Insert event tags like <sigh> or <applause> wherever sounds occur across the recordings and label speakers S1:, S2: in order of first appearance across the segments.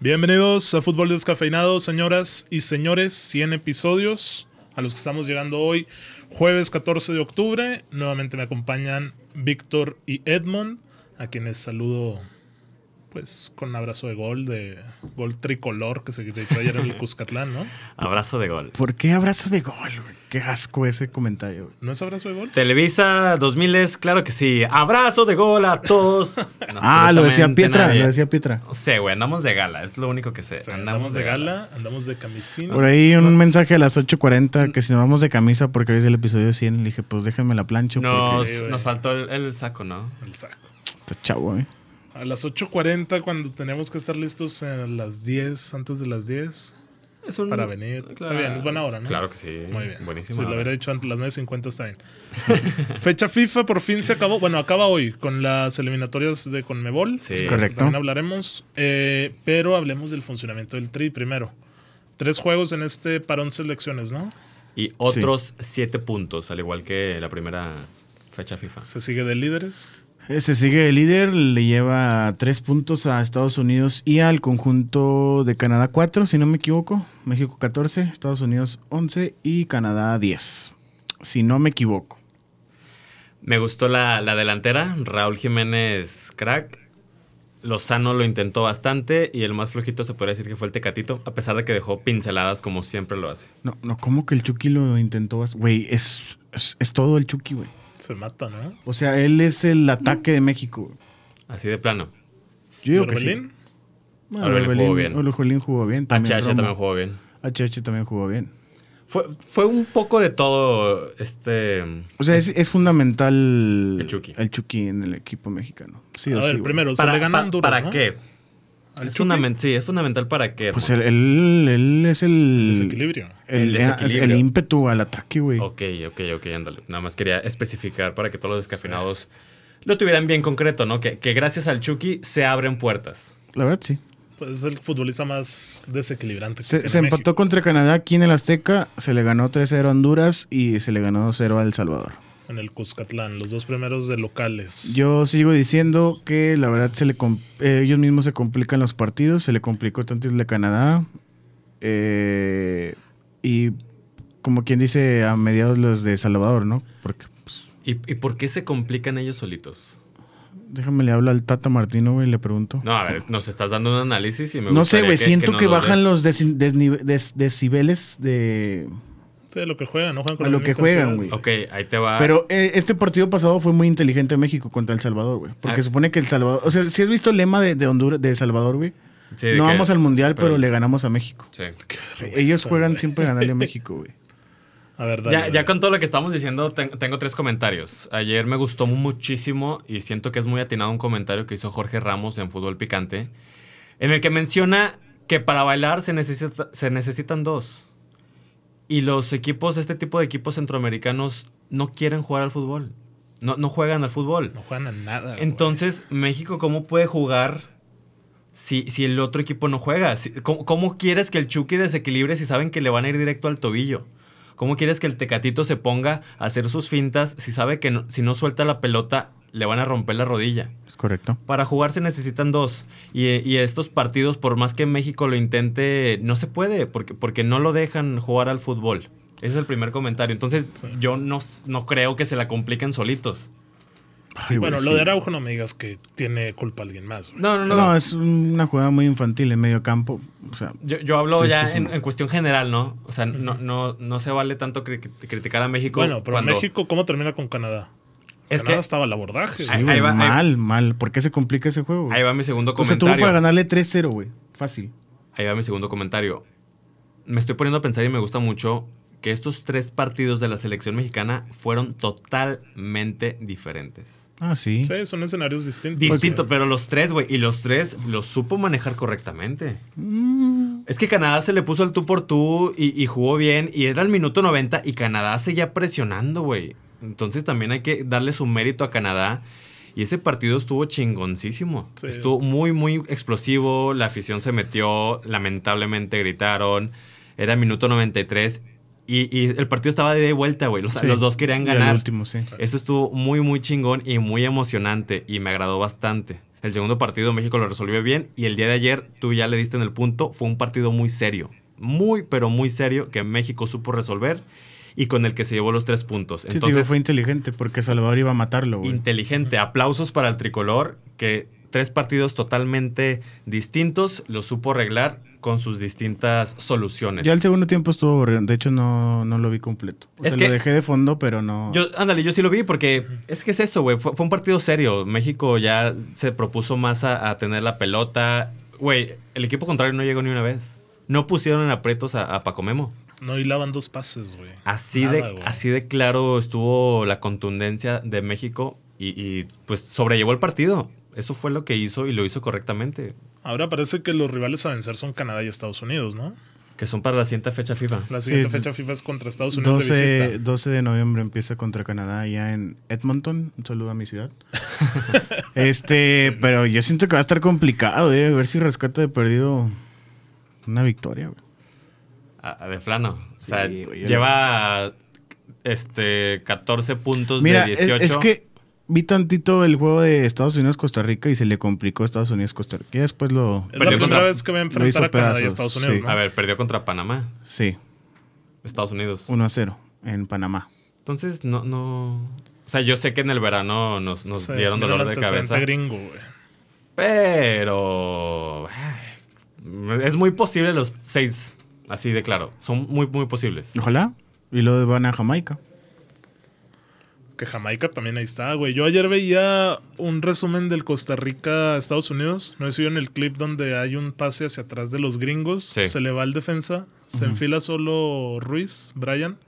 S1: Bienvenidos a Fútbol Descafeinado, señoras y señores, 100 episodios a los que estamos llegando hoy, jueves 14 de octubre. Nuevamente me acompañan Víctor y Edmond, a quienes saludo pues con un abrazo de gol, de gol tricolor que se gritó ayer en <laughs> el Cuscatlán, ¿no?
S2: Abrazo de gol.
S3: ¿Por qué abrazo de gol, güey? Qué asco ese comentario, güey.
S1: ¿No es abrazo de gol?
S2: Televisa 2000 es, claro que sí. Abrazo de gol a
S3: <laughs>
S2: todos. No,
S3: Ah, lo decía
S2: absolutamente
S3: Pietra,
S2: nadie.
S3: lo decía Pietra.
S2: No sé, güey, andamos de gala, es lo único que sé.
S1: Sí, andamos de gala, andamos de camisina.
S3: Por ahí un mensaje a las
S2: Mm.
S3: 8.40 que si nos vamos de camisa porque hoy es el episodio 100, le dije, pues déjenme la plancha porque
S2: Nos,
S1: Sí, güey.
S2: nos faltó el, el saco, ¿no?
S1: El saco.
S3: está chavo, ¿eh? güey.
S1: A las 8.40, cuando tenemos que estar listos a las 10, antes de las 10,
S2: Es un-
S1: para venir. Está
S2: Claro.
S1: bien, es buena hora, ¿no?
S2: Claro que sí.
S1: Muy bien.
S2: Buenísimo.
S1: Si lo hubiera dicho antes, las 9.50 está bien. <laughs> Fecha FIFA por fin se acabó. Bueno, acaba hoy con las eliminatorias de Conmebol. de
S2: Sí.
S1: las que
S3: Correcto.
S1: También hablaremos. eh, pero hablemos del funcionamiento del Tri primero. Tres juegos en este parón selecciones, ¿no?
S2: Y otros siete puntos, al igual que la primera fecha FIFA.
S1: Se sigue de líderes.
S3: Eh, Se sigue el líder, le lleva tres puntos a Estados Unidos y al conjunto de Canadá 4, si no me equivoco. México 14, Estados Unidos 11 y Canadá 10, si no me equivoco.
S2: Me gustó la, la delantera, Raúl Jiménez, crack. Lozano lo intentó bastante y el más flojito se podría decir que fue el Tecatito, a pesar de que dejó pinceladas como siempre lo hace.
S3: No, no, ¿cómo que el Chucky lo intentó? bast- Güey, es, es, es todo el Chucky, güey.
S1: Se mata, ¿no?
S3: O sea, él es el ataque de México. güey.
S2: Así de plano.
S3: Yo digo que sí.
S1: Orbelín,
S3: Bueno,
S2: Orbelín jugó
S3: Orbelín-
S2: bien.
S3: Orbelín jugó bien. También
S2: HH
S3: Romo.
S2: también jugó bien.
S3: HH también jugó bien.
S2: Fue, fue un poco de todo este...
S3: O sea, es, es fundamental
S2: El Chucky.
S3: el Chucky en el equipo mexicano. Sí,
S1: a
S3: o
S1: ver,
S3: sí, güey.
S1: primero, se
S2: Para,
S1: le ganan
S2: pa-
S1: duros,
S2: ¿para
S1: ¿no?
S2: qué?
S1: Al
S2: Es
S1: Chucky,
S2: fundament- sí, es fundamental para qué.
S3: Pues
S2: hermano.
S3: él, él- él es el.
S1: Desequilibrio.
S3: El,
S2: El desequilibrio.
S3: el ímpetu al ataque, güey.
S2: Ok, ok, ok, ándale. Nada más quería especificar para que todos los descafinados lo tuvieran bien concreto, ¿no? Que, que gracias al Chucky se abren puertas.
S3: La verdad, sí.
S1: Pues es el futbolista más desequilibrante. que
S3: Se,
S1: tiene
S3: se empató
S1: México.
S3: contra Canadá aquí en el Azteca. Se le ganó 3-0 a Honduras y se le ganó 2-0 a El Salvador.
S1: En el Cuscatlán, los dos primeros de locales.
S3: Yo sigo diciendo que la verdad se le com- eh, ellos mismos se complican los partidos, se le complicó tanto el de Canadá eh, y como quien dice a mediados los de Salvador, ¿no? Porque pues,
S2: ¿Y, y por qué se complican ellos solitos?
S3: déjame le hablo al Tata Martino güey, y le pregunto.
S2: No, a ver, nos estás dando un análisis y me
S3: No sé,
S2: gustaría
S3: güey, siento
S2: nos
S3: que
S2: lo
S3: bajan
S2: des.
S3: los desi- desnive- des- decibeles de
S1: Sí, lo que juegan, no juegan con
S3: A
S1: la
S3: lo
S1: misma
S3: que juegan,
S1: intensidad.
S2: Ok, ahí te va.
S3: Pero eh, este partido pasado fue muy inteligente México contra El Salvador, güey, porque
S2: Ah.
S3: supone que El Salvador, o sea, si has visto el lema de, de Honduras de El Salvador, güey,
S2: Sí, de
S3: no
S2: que-
S3: vamos al mundial, pero, le ganamos a México.
S2: Sí.
S3: Ellos
S1: Eso,
S3: juegan
S1: güey.
S3: siempre
S1: <laughs>
S3: a ganarle a México, güey.
S1: A ver, dale,
S2: Ya,
S1: dale.
S2: ya con todo lo que estamos diciendo, ten- tengo tres comentarios. Ayer me gustó muchísimo y siento que es muy atinado un comentario que hizo Jorge Ramos en Fútbol Picante, en el que menciona que para bailar se, necesita- se necesitan dos. Y los equipos, este tipo de equipos centroamericanos, no quieren jugar al fútbol. No, no juegan al fútbol.
S1: No juegan a nada. güey.
S2: Entonces, México, ¿cómo puede jugar si, si el otro equipo no juega? Si- ¿cómo, cómo quieres que el Chucky desequilibre si saben que le van a ir directo al tobillo? ¿Cómo quieres que el Tecatito se ponga a hacer sus fintas si sabe que no- si no suelta la pelota le van a romper la rodilla?
S3: Es correcto.
S2: Para jugar se necesitan dos. Y, y estos partidos, por más que México lo intente, no se puede, porque, porque no lo dejan jugar al fútbol. Ese es el primer comentario. Entonces,
S1: Sí.
S2: yo no, s- no creo que se la compliquen solitos.
S3: Sí,
S1: bueno,
S3: güey,
S1: lo
S3: sí.
S1: de Araujo no me digas que tiene culpa alguien más. güey.
S2: No, no, no.
S3: No, es una jugada muy infantil en medio campo. O sea,
S2: Yo, yo hablo ya
S3: Tristísimo.
S2: en, en cuestión general, ¿no? O sea, no, no, no se vale tanto cri- criticar a México.
S1: Bueno, pero
S2: cuando-
S1: México, ¿cómo termina con Canadá?
S2: Es
S1: Canadá
S2: que
S1: estaba al abordaje.
S3: sí,
S2: ahí
S3: güey,
S2: va, ahí-
S3: mal, mal. ¿Por qué se complica ese juego? güey?
S2: ahí va mi segundo
S3: o sea, Pues tuvo
S2: comentario.
S3: para ganarle 3-0, güey. Fácil.
S2: Ahí va mi segundo comentario. Me estoy poniendo a pensar y me gusta mucho que estos tres partidos de la selección mexicana fueron totalmente diferentes.
S3: Ah, sí.
S1: Sí, son escenarios distintos.
S2: Distinto, pero los tres, güey. Y los tres los supo manejar correctamente.
S3: Mm,
S2: Es que Canadá se le puso el tú por tú y, y jugó bien. Y era el minuto 90 y Canadá seguía presionando, güey. Entonces también hay que darle su mérito a Canadá. Y ese partido estuvo chingoncísimo.
S1: Sí.
S2: Estuvo muy, muy explosivo. La afición se metió. Lamentablemente gritaron. Era minuto 93. Y, y el partido estaba de ida y vuelta, güey. Los,
S3: Sí.
S2: los dos querían
S3: Y al
S2: ganar.
S3: último, sí.
S2: Eso estuvo muy, muy chingón y muy emocionante y me agradó bastante. El segundo partido México lo resolvió bien y el día de ayer tú ya le diste en el punto, fue un partido muy serio, muy, pero muy serio que México supo resolver y con el que se llevó los tres puntos.
S3: Sí, te digo,
S2: Entonces,
S3: fue inteligente porque Salvador iba a matarlo, güey.
S2: inteligente, aplausos para el tricolor que tres partidos totalmente distintos lo supo arreglar con sus distintas soluciones.
S3: Ya el segundo tiempo estuvo aburrido. De hecho, no, no lo vi completo. O
S2: Es
S3: sea,
S2: que-
S3: lo dejé de fondo, pero no.
S2: Yo, ándale, yo sí lo vi porque es que es eso, güey. Fue, fue un partido serio. México ya se propuso más a, a tener la pelota. Güey, el equipo contrario no llegó ni una vez. No pusieron en aprietos a, a Paco Memo.
S1: No hilaban dos pases, güey.
S2: Así,
S1: Nada,
S2: de,
S1: güey.
S2: así de claro estuvo la contundencia de México y, y, pues sobrellevó el partido. Eso fue lo que hizo y lo hizo correctamente.
S1: Ahora parece que los rivales a vencer son Canadá y Estados Unidos, ¿no?
S2: Que son para la siguiente fecha FIFA.
S1: La siguiente
S3: Sí,
S1: fecha FIFA es contra Estados Unidos de
S3: 12,
S1: visita.
S3: 12 de noviembre empieza contra Canadá ya en Edmonton. Un saludo a mi ciudad. <laughs> este, pero yo siento que va a estar complicado, eh. A ver si rescata de perdido una victoria, güey.
S2: A- a de plano. O sea,
S3: Sí, güey, yo
S2: lleva este 14 puntos
S3: Mira,
S2: de
S3: es,
S2: 18.
S3: es que vi tantito el juego de Estados Unidos-Costa Rica y se le complicó a Estados Unidos-Costa Rica. Y después lo...
S1: Es
S2: Perdió
S1: la primera
S2: contra-
S1: vez que voy a
S3: lo hizo
S1: enfrentar a Canadá y
S3: pedazos,
S1: Estados Unidos,
S3: sí.
S1: ¿no?
S2: A ver, perdió contra Panamá,
S3: Sí,
S2: Estados Unidos.
S3: 1 a 0 en Panamá.
S2: Entonces, no, no. O sea, yo sé que en el verano nos, nos
S1: Se
S2: dieron
S1: desmira el
S2: dolor de
S1: antecedente
S2: cabeza.
S1: gringo, güey.
S2: Pero. ay, Es muy posible los seis. Así de claro. Son muy, muy posibles.
S3: Ojalá. Y luego van a Jamaica.
S1: Que Jamaica también ahí está, güey. Yo ayer veía un resumen del Costa Rica a Estados Unidos. No sé si vieron el clip donde hay un pase hacia atrás de los gringos.
S2: Sí.
S1: Se le va el defensa. Se enfila solo Ruiz, Brian.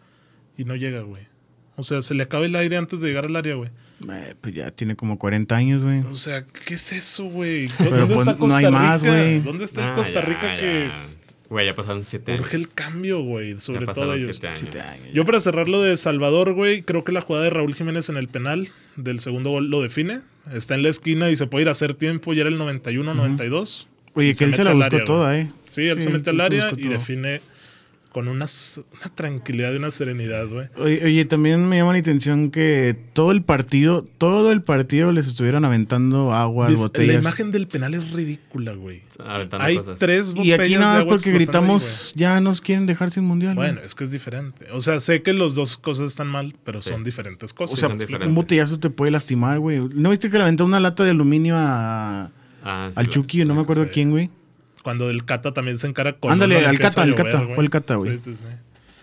S1: Y no llega, güey. O sea, se le acaba el aire antes de llegar al área, güey.
S3: Eh, pues ya tiene como 40 años, güey.
S1: O sea, ¿qué es eso, güey? ¿Dó-
S3: Pero
S1: ¿Dónde
S3: pues
S1: está
S3: no
S1: Costa
S3: hay
S1: Rica?
S3: más, güey.
S1: ¿Dónde está el
S2: Ah,
S1: Costa
S2: ya,
S1: Rica
S2: ya.
S1: que
S2: Güey, ya pasaron siete
S1: urge el
S2: años.
S1: cambio, güey? Sobre
S2: Ya
S1: todo
S2: pasaron
S1: ellos.
S2: siete años.
S1: Yo para cerrar lo de Salvador, güey, creo que la jugada de Raúl Jiménez en el penal del segundo gol lo define. Está en la esquina y se puede ir a hacer tiempo. Ya era el 91-92.
S3: Oye, que él
S1: mete
S3: se la
S1: al
S3: buscó
S1: área,
S3: toda,
S1: güey.
S3: ¿eh?
S1: Sí, él se mete al área
S3: buscó
S1: y
S3: todo.
S1: define con una, s- una tranquilidad y una serenidad, güey.
S3: Oye, oye, también me llama la atención que todo el partido, todo el partido les estuvieron aventando agua,
S1: Ves, La
S3: botellas.
S1: imagen del penal es ridícula, güey.
S2: Aventando
S1: Hay
S2: cosas.
S1: tres
S3: Y
S1: botellas
S3: aquí
S1: de
S3: nada más
S1: agua
S3: porque
S1: explotando ahí,
S3: gritamos, ya nos quieren dejar sin mundial.
S1: güey.
S3: güey".
S1: bueno, es que es diferente. O sea, sé que las dos cosas están mal, pero son diferentes cosas.
S2: O sea,
S1: ¿me explico?
S2: diferentes.
S3: un botellazo te puede lastimar, güey. ¿No viste que le aventó una lata de aluminio a,
S2: Ah, sí,
S3: al
S2: güey.
S3: Chucky? No me acuerdo
S1: sí.
S3: quién, güey.
S1: Cuando el Cata también se encara con.
S3: Ándale,
S1: uno de
S3: al
S1: que empieza
S3: Cata,
S1: a
S3: al
S1: llover,
S3: Cata. Fue el Cata, güey. Eh.
S1: Sí, sí, sí.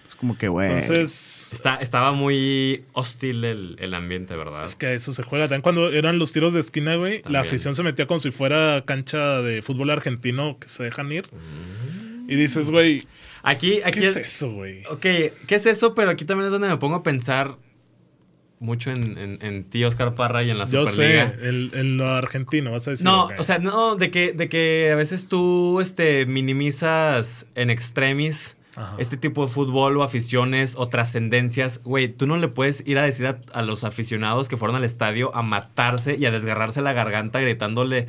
S3: Es como que, güey.
S1: Entonces,
S2: Está, estaba muy hostil el, el ambiente, ¿verdad?
S1: Es que a eso se juega. También cuando eran los tiros de esquina, güey, la
S2: También.
S1: afición se metía como si fuera cancha de fútbol argentino que se dejan ir.
S2: Mm.
S1: Y dices, güey,
S2: Aquí,
S1: ¿qué
S2: aquí
S1: es eso, güey?
S2: Ok, ¿qué es eso? Pero aquí también es donde me pongo a pensar mucho en, en- en ti, Oscar Parra, y en la
S1: Yo sé,
S2: Superliga.
S1: el, el argentino, vas a decir.
S2: No,
S1: güey.
S2: o sea, no, de que, de que a veces tú este, minimizas en extremis
S1: Ajá.
S2: este tipo de fútbol o aficiones o trascendencias. Güey, tú no le puedes ir a decir a, a los aficionados que fueron al estadio a matarse y a desgarrarse la garganta gritándole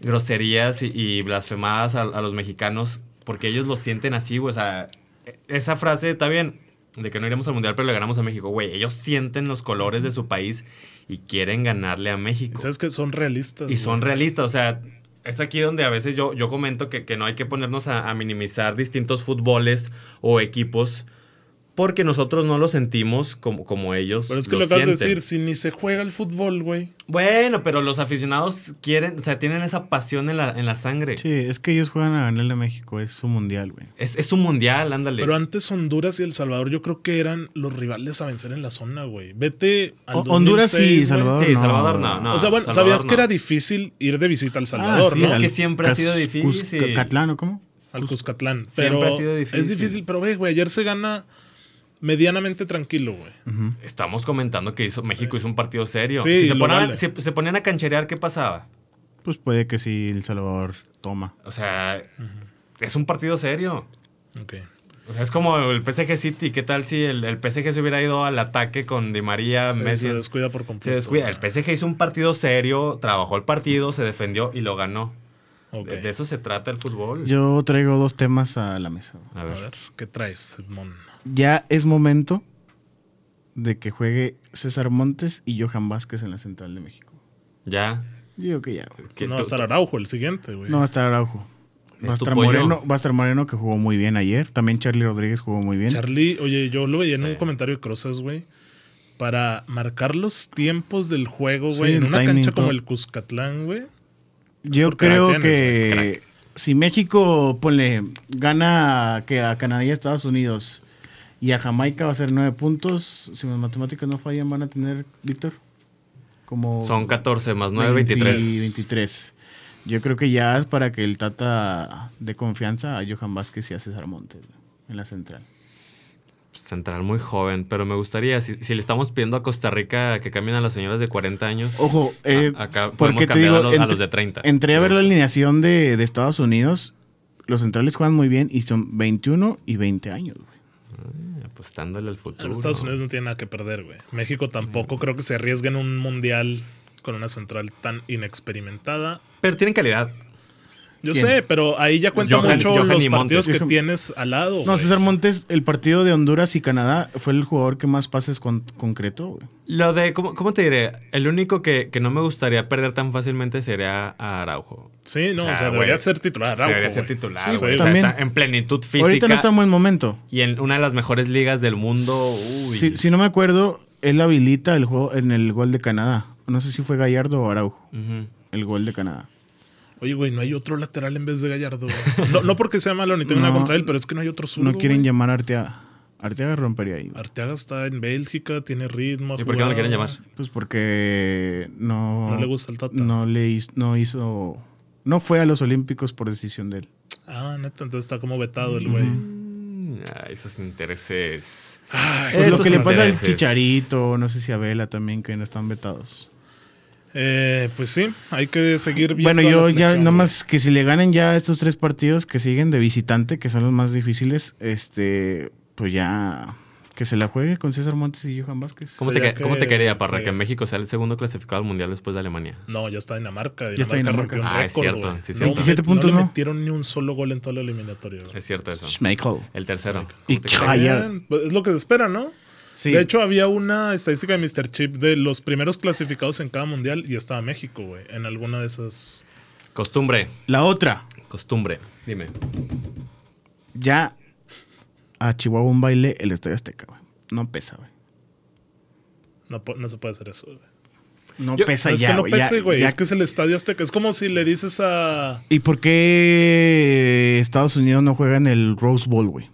S2: groserías y, y blasfemadas a, a los mexicanos porque ellos lo sienten así, güey. O sea, e- esa frase está bien. De que no iremos al mundial, pero le ganamos a México. Güey, ellos sienten los colores de su país y quieren ganarle a México.
S1: Sabes que son realistas.
S2: Y son
S1: güey.
S2: realistas, o sea, es aquí donde a veces yo, yo comento que, que no hay que ponernos a, a minimizar distintos fútboles o equipos porque nosotros no lo sentimos como, como ellos.
S1: Pero es que lo, acabas de decir, si ni se juega el fútbol, güey.
S2: Bueno, pero los aficionados quieren, o sea, tienen esa pasión en la, en la sangre.
S3: Sí, es que ellos juegan a ganarle a México, es su mundial, güey.
S2: Es, es un mundial, ándale.
S1: Pero antes Honduras y El Salvador yo creo que eran los rivales a vencer en la zona, güey. Vete al
S3: O- Honduras sí,
S1: 2006, güey. Ah,
S3: Salvador.
S2: sí,
S3: no,
S2: Salvador no,
S3: no.
S2: no,
S1: o sea, bueno,
S2: Salvador
S1: sabías que
S2: no.
S1: era difícil ir de visita al
S3: Ah,
S1: Salvador,
S3: sí,
S1: ¿no?
S3: al
S2: Es que siempre ha
S3: Cas-
S2: sido difícil.
S3: Cusca- Catlán, ¿o cómo?
S1: al Cuscatlán.
S2: Pues, Siempre
S1: Pero
S2: ha sido difícil.
S1: Es difícil, pero ve, güey, ayer se gana medianamente tranquilo, güey.
S3: Ujú.
S2: Estamos comentando que hizo, México hizo un partido serio.
S1: Sí,
S2: si se,
S1: lo
S2: ponían,
S1: vale.
S2: si se ponían a cancherear, ¿qué pasaba?
S3: Pues puede que sí, El Salvador toma.
S2: O sea, es un partido serio.
S1: Ok.
S2: O sea, es como el PSG City. ¿Qué tal si el, el PSG se hubiera ido al ataque con Di María,
S1: Se-
S2: Ah, Messi?
S1: se descuida por completo.
S2: Se descuida. El PSG hizo un partido serio, trabajó el partido, se defendió y lo ganó.
S1: Ok.
S2: De, de eso se trata el fútbol.
S3: Yo traigo dos temas a la mesa.
S2: A
S1: A
S2: ver.
S1: ver, ¿qué traes, Edmond?
S3: Ya es momento de que juegue César Montes y Johan Vázquez en la Central de México.
S2: Ya.
S3: Yo digo que ya, güey.
S2: Que
S1: no,
S2: tú-
S1: va a estar Araujo el siguiente, güey.
S3: No va a estar Araujo.
S2: Es
S3: Va a
S2: tu
S3: estar,
S2: pollo.
S3: Moreno, va a estar Moreno, que jugó muy bien ayer. También Charlie Rodríguez jugó muy bien.
S1: Charlie, oye, yo lo veía en
S2: Sí.
S1: un comentario de Crozas, güey. Para marcar los tiempos del juego, güey,
S3: Sí,
S1: en
S3: el
S1: una
S3: timing,
S1: cancha como
S3: todo.
S1: el Cuscatlán, güey.
S3: Yo
S1: porque la
S3: creo
S1: tienes,
S3: que
S1: güey, crack.
S3: si México ponle, gana a- que a Canadá y a Estados Unidos y a Jamaica va a ser nueve puntos, si las matemáticas no fallan, van a tener, Víctor, como...
S2: Son 14 más 9,
S3: 20
S2: 23.
S3: 23. Yo creo que ya es para que el Tata dé confianza a Johan Vázquez y a César Montes güey, en la central.
S2: Central muy joven, pero me gustaría, si, si le estamos pidiendo a Costa Rica que cambien a las señoras de 40 años,
S3: Ojo, eh,
S2: a- Ah, acá
S3: porque
S2: podemos
S3: te
S2: cambiar
S3: digo,
S2: a, los, a
S3: entre-
S2: los de 30.
S3: entré a
S2: Sí,
S3: ver
S2: me
S3: la
S2: gusta.
S3: alineación de, de Estados Unidos. Los centrales juegan muy bien y son 21 y 20 años.
S2: Eh,
S3: güey.
S2: Apostándole al futuro.
S1: Estados Unidos no tiene nada que perder, güey. México tampoco creo que se arriesgue en un mundial con una central tan inexperimentada.
S2: Pero tienen calidad.
S1: Yo
S3: ¿Quién?
S1: sé, pero ahí ya cuenta
S2: Johan-
S1: mucho
S2: Johan
S1: los partidos
S2: y Montes.
S1: que
S3: Johan-
S1: tienes al lado.
S3: No,
S1: güey.
S3: César Montes, el partido de Honduras y Canadá fue el jugador que más pases con, concreto. güey.
S2: Lo de, ¿cómo, cómo te diré? El único que, que no me gustaría perder tan fácilmente sería a Araujo.
S1: Sí, no, o
S2: O
S1: sea,
S2: sea,
S1: debería
S2: güey,
S1: ser titular. Araujo,
S2: debería ser
S1: güey.
S2: titular,
S1: Sí,
S2: güey.
S1: güey.
S2: O sea,
S3: también.
S2: está en plenitud física.
S3: Ahorita no está en buen momento.
S2: Y en una de las mejores ligas del mundo. Oh, Uy.
S3: Si, si no me acuerdo, él habilita el juego en el gol de Canadá. No sé si fue Gallardo o Araujo,
S2: Ujú.
S3: el gol de Canadá.
S1: Oye, güey, no hay otro lateral en vez de Gallardo.
S3: <laughs>
S1: güey. No, no porque sea malo ni tenga nada
S3: No,
S1: contra él, pero es que no hay otro zurdo.
S3: no quieren
S1: güey.
S3: llamar a Arteaga. Arteaga rompería ahí. güey.
S1: Arteaga está en Bélgica, tiene ritmo. ha
S2: ¿Y por qué no le quieren llamar?
S1: jugado.
S3: Pues porque no...
S1: No le gusta el Tata.
S3: No, le hizo, no hizo... No fue a los Olímpicos por decisión de él.
S1: Ah, neta, entonces está como vetado el güey.
S2: Mm, ah, esos intereses.
S1: Ay,
S3: Pues lo
S2: Esos
S3: que le pasa al
S2: intereses.
S3: Chicharito, no sé si a Vela también, que no están vetados.
S1: eh, pues sí, hay que seguir viendo.
S3: Bueno,
S1: a la
S3: yo ya
S1: selección,
S3: nada
S1: güey.
S3: más que si le ganen ya estos tres partidos que siguen de visitante, que son los más difíciles, este, pues ya que se la juegue con César Montes y Johan Vázquez.
S2: ¿Cómo,
S1: sea,
S2: te,
S1: ya
S2: que- ¿Cómo
S1: que-
S2: te quería, Parra?
S1: que-
S2: Que México sea el segundo clasificado al mundial después de Alemania.
S1: No, ya está Dinamarca.
S3: Ya está Dinamarca.
S1: rompió un
S2: Ah, es
S1: récord,
S2: cierto,
S1: güey.
S2: sí,
S1: No,
S2: cierto.
S3: 27
S1: no
S3: puntos,
S1: le
S3: ¿no?
S1: metieron ni un solo gol en toda la eliminatoria. güey.
S2: Es cierto eso.
S3: Schmeichel.
S2: El tercero.
S3: Y
S1: Está bien,
S3: Kaya.
S1: pues Es lo que se espera, ¿no?
S3: Sí.
S1: De hecho, había una estadística de Mr. Chip de los primeros clasificados en cada mundial y estaba México, güey, en alguna de esas.
S2: Costumbre.
S3: la otra,
S2: Costumbre. Dime.
S3: ya a Chihuahua un baile el Estadio Azteca, güey. No pesa, güey.
S1: No, po- no se puede hacer eso, güey.
S3: No
S2: Yo-
S3: pesa
S1: es
S3: ya,
S1: que no
S3: güey.
S1: pese,
S3: Ya-
S1: güey.
S3: ya-
S1: Es que es el estadio Azteca. Es como si le dices a.
S3: ¿Y por qué Estados Unidos no juega en el Rose Bowl, güey?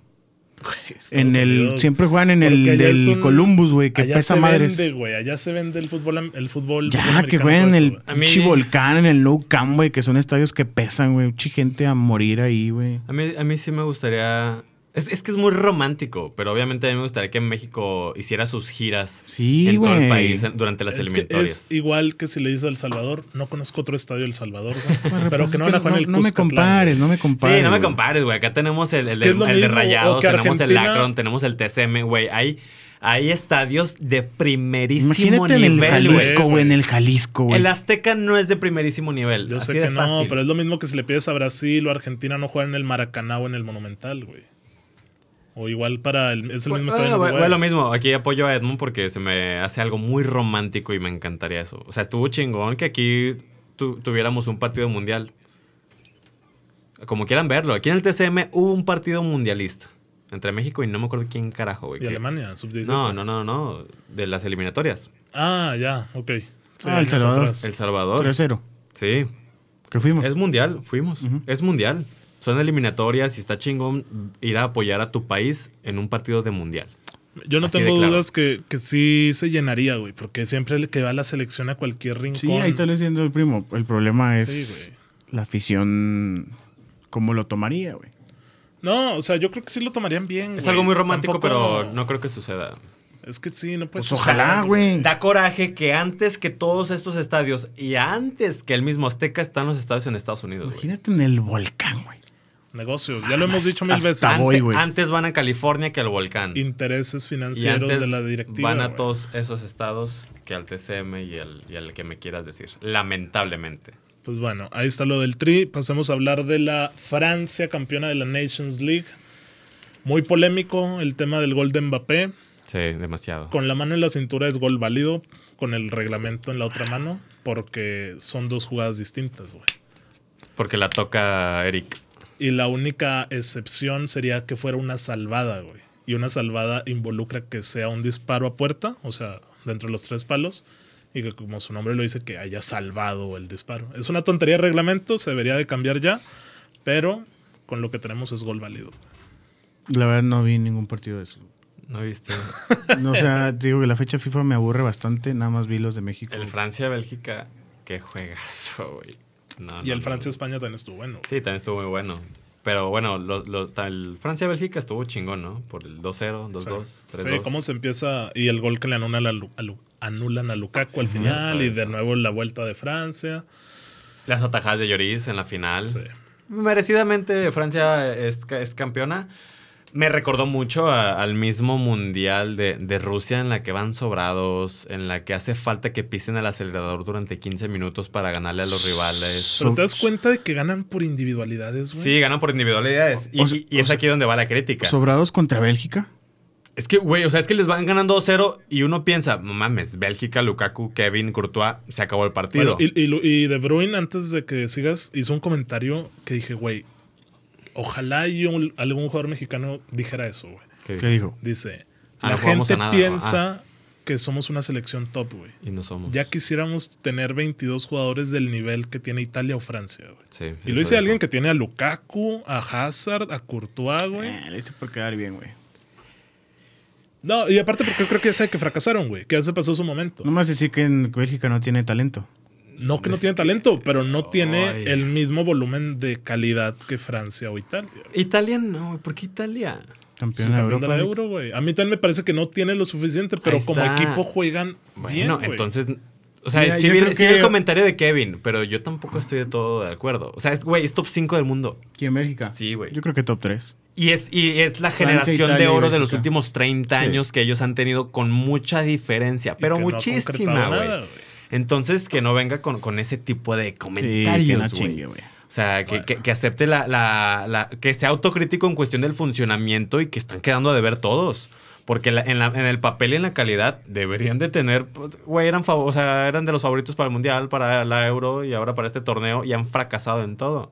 S3: En
S1: Estados
S3: el
S1: Unidos.
S3: siempre juegan en el
S1: Porque allá es
S3: del
S1: un-
S3: Columbus, güey, que
S1: allá
S3: pesa
S1: se
S3: madres.
S1: Vende, güey. Allá se vende el fútbol. am- El fútbol fútbol
S3: Ya, que
S1: americano,
S3: jueguen en
S1: todo eso,
S3: el
S1: güey.
S2: A mí-
S3: pinche volcán, en el No Camp, güey, que son estadios que pesan, güey. Mucha gente a morir ahí, güey.
S2: A mí, a mí sí me gustaría. Es, es que es muy romántico, pero obviamente a mí me gustaría que México hiciera sus giras
S3: Sí,
S2: en todo el
S3: güey.
S2: país en- durante las
S1: Es, que
S2: eliminatorias.
S1: es igual que si le dices a El Salvador, no conozco otro estadio de El Salvador, güey,
S3: Bueno,
S1: pero
S3: pues
S1: que
S3: es
S1: no van a jugar en el
S3: no me
S1: Cuscatlán,
S3: compares, no me compares.
S2: Sí, no me
S3: güey.
S2: compares, güey. Acá tenemos el, el
S1: Es que
S2: de,
S1: es lo
S2: el de
S1: mismo, o
S2: Rayados,
S1: que
S2: tenemos el
S1: Argentina-
S2: Lacron, tenemos el TCM, güey. Hay, hay estadios de primerísimo
S3: Imagínate en
S2: nivel,
S3: el
S2: güey.
S3: Jalisco,
S1: güey.
S3: güey, en el Jalisco, güey.
S2: El Azteca no es de primerísimo nivel.
S1: Yo
S2: así
S1: sé
S2: de
S1: que no,
S2: fácil.
S1: pero es lo mismo que si le pides a Brasil o Argentina no jugar en el Maracaná o en el Monumental, güey. O igual para el. Es el mismo
S2: Pues, Bueno,
S1: estadio en
S2: bueno,
S1: Uruguay.
S2: bueno, lo mismo, aquí apoyo a Edmund porque se me hace algo muy romántico y me encantaría eso. O sea, estuvo chingón que aquí tu- tuviéramos un partido mundial. Como quieran verlo, aquí en el TCM hubo un partido mundialista entre México y no me acuerdo quién carajo, güey.
S1: Y
S2: que-
S1: Alemania, sub-17.
S2: No, no, no, no, de las eliminatorias.
S1: Ah, ya, ok. Sí,
S3: Ah, El
S1: años
S3: Salvador.
S1: atrás.
S2: El Salvador.
S3: 3-0.
S2: Sí,
S3: Que fuimos.
S2: es mundial, fuimos. Es mundial. Son eliminatorias y está chingón ir a apoyar a tu país en un partido de mundial.
S1: Yo no
S2: Así
S1: tengo
S2: de claro.
S1: dudas que, que sí se llenaría, güey, porque siempre el que va a la selección a cualquier rincón.
S3: Sí, ahí está lo diciendo el primo. El problema
S1: Sí,
S3: es
S1: güey.
S3: la afición, cómo lo tomaría, güey.
S1: No, o sea, yo creo que sí lo tomarían bien.
S2: Es
S1: güey.
S2: algo muy romántico,
S1: Tampoco-
S2: pero no creo que suceda.
S1: Es que sí, no puedes.
S3: Pues ojalá, güey.
S2: Da coraje que antes que todos estos estadios y antes que el mismo Azteca están los estadios en Estados Unidos. güey.
S3: Imagínate en el volcán, güey.
S1: Negocios. Ya lo hemos dicho mil
S3: hasta
S1: veces.
S3: Ah, voy,
S2: Ante-
S3: güey.
S2: antes van a California que al volcán.
S1: Intereses
S2: Y
S1: financieros
S2: antes
S1: de la directiva.
S2: van a
S1: güey.
S2: todos esos estados que al TCM y al, y al que me quieras decir. Lamentablemente.
S1: Pues bueno, ahí está lo del tri. Pasemos a hablar de la Francia, campeona de la Nations League. Muy polémico el tema del gol de Mbappé.
S2: Sí, demasiado.
S1: Con la mano en la cintura es gol válido, con el reglamento en la otra mano, porque son dos jugadas distintas, güey.
S2: Porque la toca Eric.
S1: Y la única excepción sería que fuera una salvada, güey. Y una salvada involucra que sea un disparo a puerta, o sea, dentro de los tres palos, y que como su nombre lo dice, que haya salvado el disparo. Es una tontería de reglamento, se debería de cambiar ya, pero con lo que tenemos es gol válido.
S3: La verdad no vi ningún partido de eso.
S2: ¿No viste?
S3: No, o sea, te digo que la fecha FIFA me aburre bastante, nada más vi los de México.
S2: El Francia-Bélgica, qué juegazo, güey. No,
S1: Y
S2: no,
S1: el
S2: no.
S1: Francia-España también estuvo bueno.
S2: Sí, también estuvo muy bueno. Pero bueno, lo- lo- ta- el Francia-Bélgica estuvo chingón, ¿no? Por el 2-0, 2-2,
S1: Sí,
S2: 3-2.
S1: cómo se empieza y el gol que le anulan a, Lu- a Lu- anulan a Lukaku al
S2: Es
S1: final
S2: cierto
S1: y de
S2: eso.
S1: nuevo la vuelta de Francia.
S2: Las atajadas de Lloris en la final.
S1: Sí.
S2: Merecidamente Francia es, ca- es campeona. Me recordó mucho a- al mismo mundial de, de Rusia en la que van sobrados, en la que hace falta que pisen el acelerador durante 15 minutos para ganarle a los rivales.
S1: Pero
S3: Son-
S1: te das cuenta de que ganan por individualidades, güey.
S2: Sí, ganan por individualidades. Y,
S3: O sea-
S2: y- y es
S3: o sea-
S2: aquí donde va la crítica.
S3: ¿Sobrados contra Bélgica?
S2: Es que, güey, o sea, es que les van ganando 2-0 y uno piensa, "No mames, Bélgica, Lukaku, Kevin, Courtois, se acabó el partido.
S1: Bueno, y, y Lu- y De Bruyne, antes de que sigas, hizo un comentario que dije, güey, ojalá y un- algún jugador mexicano dijera eso, güey.
S2: ¿Qué
S3: ¿Qué
S2: dijo?
S3: dijo?
S1: Dice,
S2: Ah,
S1: la
S2: no jugamos
S1: gente
S2: a nada, ¿no? Ah".
S1: piensa que somos una selección top, güey.
S2: Y no somos.
S1: Ya quisiéramos tener 22 jugadores del nivel que tiene Italia o Francia, güey.
S2: Sí,
S1: Y lo
S2: eso
S1: dice
S2: dijo.
S1: alguien que tiene a Lukaku, a Hazard, a Courtois, güey.
S3: Eh, le hice por quedar bien, güey.
S1: No, y aparte porque yo creo que ya sabe que fracasaron, güey. Que ya se pasó su momento.
S3: No más decir que en Bélgica no tiene talento.
S1: No que no
S2: Es
S1: tiene
S2: que-
S1: talento, pero no tiene
S2: Ay.
S1: el mismo volumen de calidad que Francia o Italia. güey.
S2: Italia no, ¿por qué Italia?
S1: Sí,
S3: Campeón de
S1: campeón
S3: Europa.
S1: de la Euro, güey. A mí también me parece que no tiene lo suficiente, pero
S2: Ahí
S1: como
S2: está.
S1: equipo juegan bien.
S2: Bueno,
S1: güey.
S2: entonces. O sea,
S3: Mira,
S2: sí,
S3: yo
S2: vi,
S3: creo
S2: sí vi el
S3: que-
S2: comentario de Kevin, pero yo tampoco estoy de todo de acuerdo. O sea, es, güey, es top 5 del mundo.
S3: ¿Quién Bélgica?
S2: Sí, güey.
S3: Yo creo que top 3.
S2: Y es, y es la
S3: Francia,
S2: generación de
S3: Italia y
S2: oro de los
S3: Bélgica.
S2: últimos 30
S3: Sí.
S2: años que ellos han tenido con mucha diferencia,
S1: Y
S2: pero
S1: que no ha
S2: muchísima,
S1: concretado
S2: güey.
S1: nada, güey.
S2: Entonces, que no venga con, con ese tipo de
S3: Sí, que no
S2: comentarios, güey.
S3: chingue, güey.
S2: O sea, que, que- que acepte la, la- la- que sea autocrítico en cuestión del funcionamiento y que están quedando a deber todos. Porque la- en, la- en el papel y en la calidad deberían de tener, pues, güey, eran, fav- o sea, eran de los favoritos para el Mundial, para la Euro y ahora para este torneo y han fracasado en todo.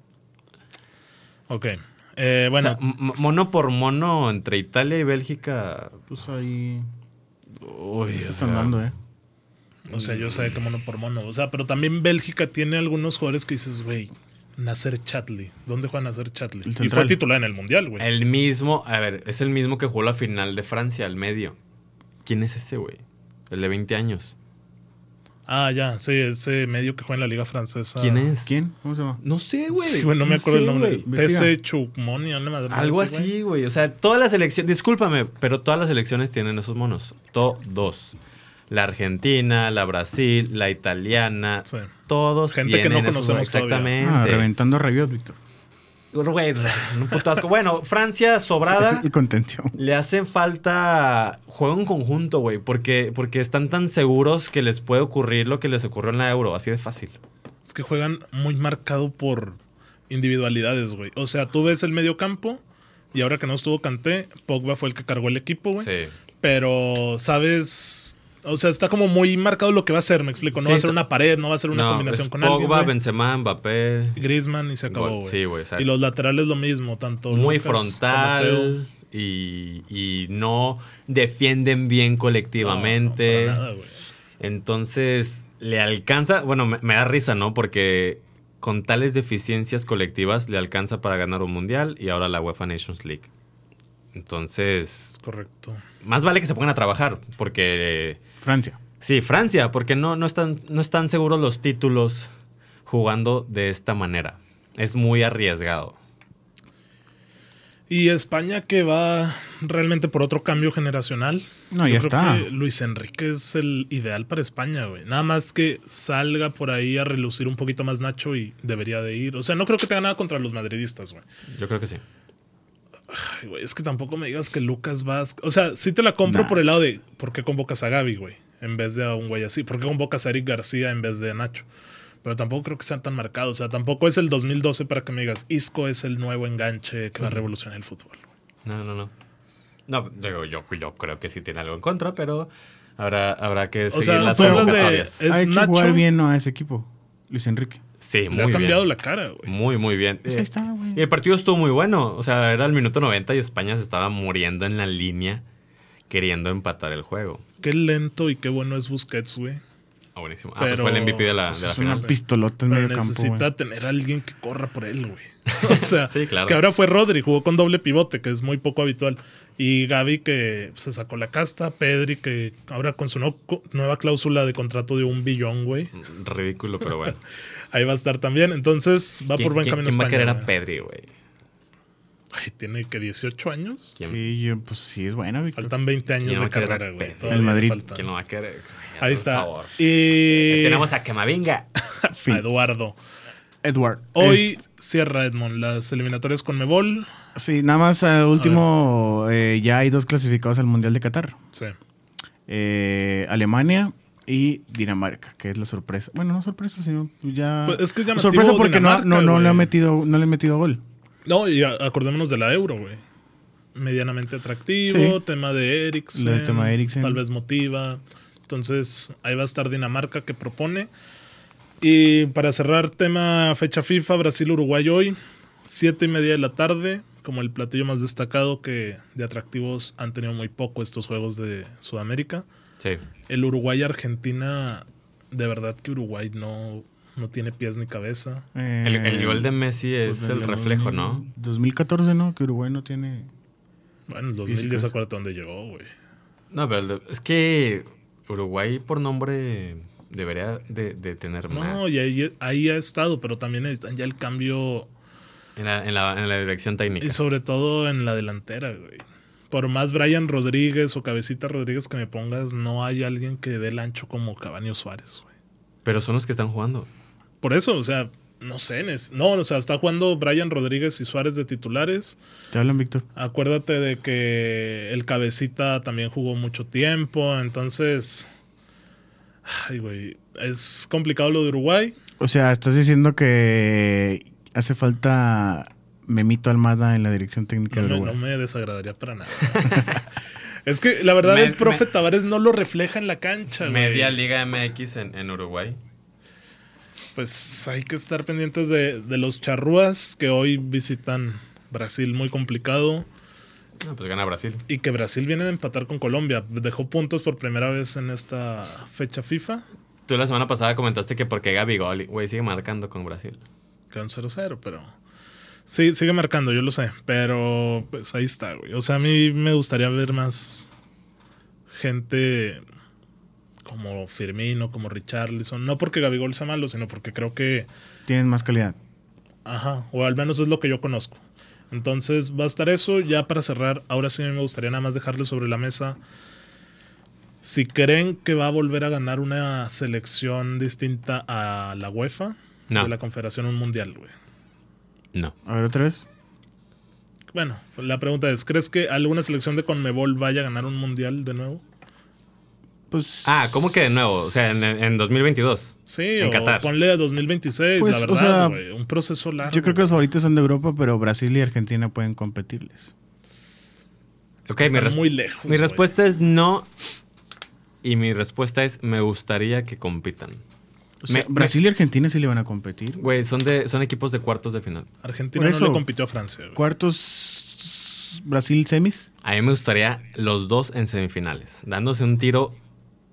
S1: Ok. Eh, bueno,
S2: o sea, m- m- mono por mono entre Italia y Bélgica.
S3: Pues ahí.
S2: Uy, o
S3: Estás
S2: sea,
S3: andando, eh.
S1: o sea, yo sé que mono por mono. O sea, pero también Bélgica tiene algunos jugadores que dices, güey, Nasser Chatli. ¿Dónde juega Nasser Chatli?
S3: El
S1: Y fue
S3: central.
S1: titular en el Mundial, güey.
S2: El mismo, a ver, es el mismo que jugó la final de Francia, al medio. ¿Quién es ese, güey? El de 20 años.
S1: Ah, ya, sí, ese medio que juega en la Liga Francesa.
S2: ¿Quién es?
S3: Ah. ¿Quién? ¿Cómo se llama?
S2: No sé, güey.
S1: Sí, güey, no me acuerdo
S2: sé,
S1: el nombre.
S2: güey.
S3: Investiga.
S1: TC Chukmoni, una madre
S2: Algo
S1: güey.
S2: así, güey. O sea, todas las elecciones, discúlpame, pero todas las elecciones tienen esos monos. Todos. La argentina, la Brasil, la italiana.
S1: Sí.
S2: Todos.
S1: Gente que
S2: tienen
S1: no
S2: esos
S1: conocemos
S2: monos.
S1: todavía.
S3: Ah,
S2: Exactamente.
S3: reventando a Rabiot, Víctor.
S2: Güey, un puto asco. Bueno, Francia sobrada.
S3: Y contención.
S2: Le hacen falta juego en conjunto, güey, porque, porque están tan seguros que les puede ocurrir lo que les ocurrió en la Euro, así de fácil.
S1: Es que juegan muy marcado por individualidades, güey. O sea, tú ves el medio campo y ahora que no estuvo Canté, Pogba fue el que cargó el equipo, güey. Pero, ¿sabes? O sea, está como muy marcado lo que va a ser, me explico. No
S2: Sí,
S1: va a ser
S2: está-
S1: una pared, no va a ser una
S2: No,
S1: combinación
S2: es
S1: con alguien.
S2: Pogba,
S1: güey.
S2: Benzema, Mbappé.
S1: Griezmann y se acabó,
S2: Gol.
S1: güey.
S2: Sí, güey, o sea,
S1: y
S2: es-
S1: los laterales lo mismo, tanto.
S2: muy
S1: Lucas como Teo.
S2: frontal y, y no defienden bien
S1: No, no,
S2: colectivamente.
S1: para nada, güey.
S2: Entonces, le alcanza, bueno, me, me da risa, ¿no? Porque con tales deficiencias colectivas le alcanza para ganar un mundial y ahora la UEFA Nations League. Entonces,
S1: es correcto.
S2: más vale que se pongan a trabajar, porque eh,
S3: Francia.
S2: sí, Francia, porque no, no, están, no están seguros los títulos jugando de esta manera. Es muy arriesgado.
S1: Y España que va realmente por otro cambio generacional.
S3: No, ya está.
S1: que Luis Enrique es el ideal para España, güey. Nada más que salga por ahí a relucir un poquito más Nacho y debería de ir. O sea, no creo que tenga nada contra los madridistas, güey.
S2: Yo creo que sí.
S1: Ay, güey, es que tampoco me digas que Lucas Vázquez. O sea, sí te la compro
S3: Nah.
S1: por el lado de por qué convocas a Gaby, güey, en vez de a un güey así. ¿Por qué convocas a Eric García en vez de a Nacho? Pero tampoco creo que sean tan marcados. O sea, tampoco es el 2012 para que me digas, Isco es el nuevo enganche que va a revolucionar el fútbol.
S2: No, no, no. No, digo, yo, yo creo que sí tiene algo en contra, pero habrá, habrá que seguir
S1: O sea,
S2: las
S1: tú hablas de.
S2: convocatorias.
S1: Es
S3: ha hecho
S1: Nacho.
S3: jugar bien ¿no? a ese equipo, Luis Enrique.
S2: Sí,
S1: Le
S2: muy
S1: ha cambiado
S2: bien.
S1: la cara, güey.
S2: Muy, muy bien.
S3: Pues
S2: Eh,
S3: ahí está, güey.
S2: Y el partido estuvo muy bueno. O sea, era el minuto 90 y España se estaba muriendo en la línea queriendo empatar el juego.
S1: Qué lento y qué bueno es Busquets, güey.
S2: Ah, buenísimo. Ah, pues
S1: Pero-
S2: fue el MVP de la, de la
S3: Es
S2: final.
S3: una
S1: final.
S3: pistolota en
S1: eh, Pero
S3: medio campo.
S1: necesita
S3: güey.
S1: tener a alguien que corra por él, güey. <laughs> O sea,
S2: Sí, claro.
S1: que ahora fue Rodri, jugó con doble pivote, que es muy poco habitual. Y Gaby que se sacó la casta, Pedri que ahora con su no- co- nueva cláusula de contrato de un billón, güey.
S2: Ridículo, pero bueno.
S1: Ahí <laughs> va a estar también. Entonces va
S2: ¿Quién,
S1: por buen
S2: quién-
S1: camino
S2: quién va a
S1: España,
S2: querer a
S1: güey.
S2: Pedri, güey?
S1: Ay, tiene que 18 años.
S2: ¿Quién,
S3: Sí, yo, pues sí, es buena, güey.
S1: Faltan 20 años
S2: ¿Quién va
S1: de
S2: a querer a
S1: carrera, güey.
S2: Pedri?
S1: Todavía
S3: El Madrid.
S1: faltan.
S2: quién lo va a querer?
S1: Ahí está.
S2: Por favor.
S1: Y
S2: Ahí Tenemos a Camavinga.
S1: a Eduardo.
S3: Edward.
S1: Hoy cierra Edmond las eliminatorias con Mebol.
S3: Sí, nada más al último, eh, ya hay dos clasificados al Mundial de Qatar.
S1: Sí.
S3: Eh, Alemania y Dinamarca, que es la sorpresa. Bueno, no sorpresa, sino ya...
S1: Pues es que es llamativo
S3: sorpresa porque no, ha-
S1: Dinamarca,
S3: no, no, le ha
S1: güey.
S3: metido, no le ha metido gol.
S1: No, y a- acordémonos de la euro, güey. Medianamente atractivo,
S3: Sí.
S1: tema de Eriksen.
S3: Lo del tema de Eriksen.
S1: Tal vez motiva. Entonces, ahí va a estar Dinamarca que propone. Y para cerrar, tema fecha FIFA, Brasil-Uruguay hoy, siete y media de la tarde, como el platillo más destacado que de atractivos han tenido muy poco estos juegos de Sudamérica.
S2: Sí.
S1: El Uruguay-Argentina, de verdad que Uruguay no, no tiene pies ni cabeza.
S3: Eh,
S2: El, el gol de Messi
S1: Eh,
S2: es
S3: pues,
S2: el
S3: del
S2: reflejo,
S3: 2000,
S2: ¿no?
S3: 2014, ¿no? Que Uruguay no tiene...
S1: Bueno, el
S3: sí,
S1: 2010
S3: sí.
S1: acuérdate dónde llegó, güey.
S2: No, pero el de- es que Uruguay por nombre debería de, de tener más.
S1: No, y ahí, ahí ha estado, pero también necesitan ya el cambio
S2: En la, en la- en la dirección técnica.
S1: y sobre todo en la delantera, güey. Por más Brian Rodríguez o Cabecita Rodríguez que me pongas, no hay alguien que dé el ancho como Cabaño Suárez, güey.
S2: Pero son los que
S1: <laughs>
S2: están jugando.
S1: Por eso, o sea, no sé, nes- no, o sea, está jugando Brian Rodríguez y Suárez de titulares.
S3: Te hablan, Víctor.
S1: Acuérdate de que el cabecita también jugó mucho tiempo, entonces... Ay, güey, es complicado lo de Uruguay.
S3: O sea, estás diciendo que hace falta Memito Almada en la dirección técnica
S1: No
S3: de
S1: me,
S3: Uruguay.
S1: no me desagradaría para nada. <laughs> es que la verdad
S2: Me-
S1: el profe
S2: me-
S1: Tavares no lo refleja en la cancha. güey.
S2: Media Liga MX en, en Uruguay.
S1: Pues hay que estar pendientes de, de los charrúas que hoy visitan Brasil muy complicado
S2: No, pues gana Brasil.
S1: y que Brasil viene de empatar con Colombia. Dejó puntos por primera vez en esta fecha FIFA.
S2: Tú la semana pasada comentaste que porque Gabigol, güey, sigue marcando con Brasil.
S1: Quedan 0-0, pero... Sí, sigue marcando, yo lo sé, pero pues ahí está, güey. O sea, a mí me gustaría ver más gente como Firmino, como Richarlison. No porque Gabigol sea malo, sino porque creo que...
S3: Tienen más calidad.
S1: Ajá, o al menos es lo que yo conozco. Entonces va a estar eso. Ya para cerrar, ahora sí me gustaría nada más dejarles sobre la mesa. Si creen que va a volver a ganar una selección distinta a la UEFA,
S2: No.
S1: de la Confederación un Mundial, güey.
S2: No.
S3: A ver, otra vez.
S1: Bueno, la pregunta es, ¿crees que alguna selección de Conmebol vaya a ganar un mundial de nuevo?
S3: Pues...
S2: Ah, ¿cómo que de nuevo? O sea, en, en 2022.
S1: Sí,
S2: En
S1: o
S2: Qatar.
S1: ponle a 2026,
S3: Pues,
S1: la
S3: o
S1: verdad,
S3: sea,
S1: güey, un proceso largo.
S3: Yo creo que los favoritos son de Europa, pero Brasil y Argentina pueden competirles.
S1: Es que están
S2: res-
S1: muy lejos.
S2: Mi
S1: güey.
S2: respuesta es no. Y mi respuesta es me gustaría que compitan.
S3: O sea,
S2: Me-
S3: Brasil y Argentina sí le van a competir. güey.
S2: Güey, son, de, son equipos de cuartos de final.
S1: Argentina
S3: Por
S1: no le
S3: eso-
S1: compitió a Francia. güey.
S3: Cuartos Brasil semis.
S2: A mí me gustaría los dos en semifinales, dándose un tiro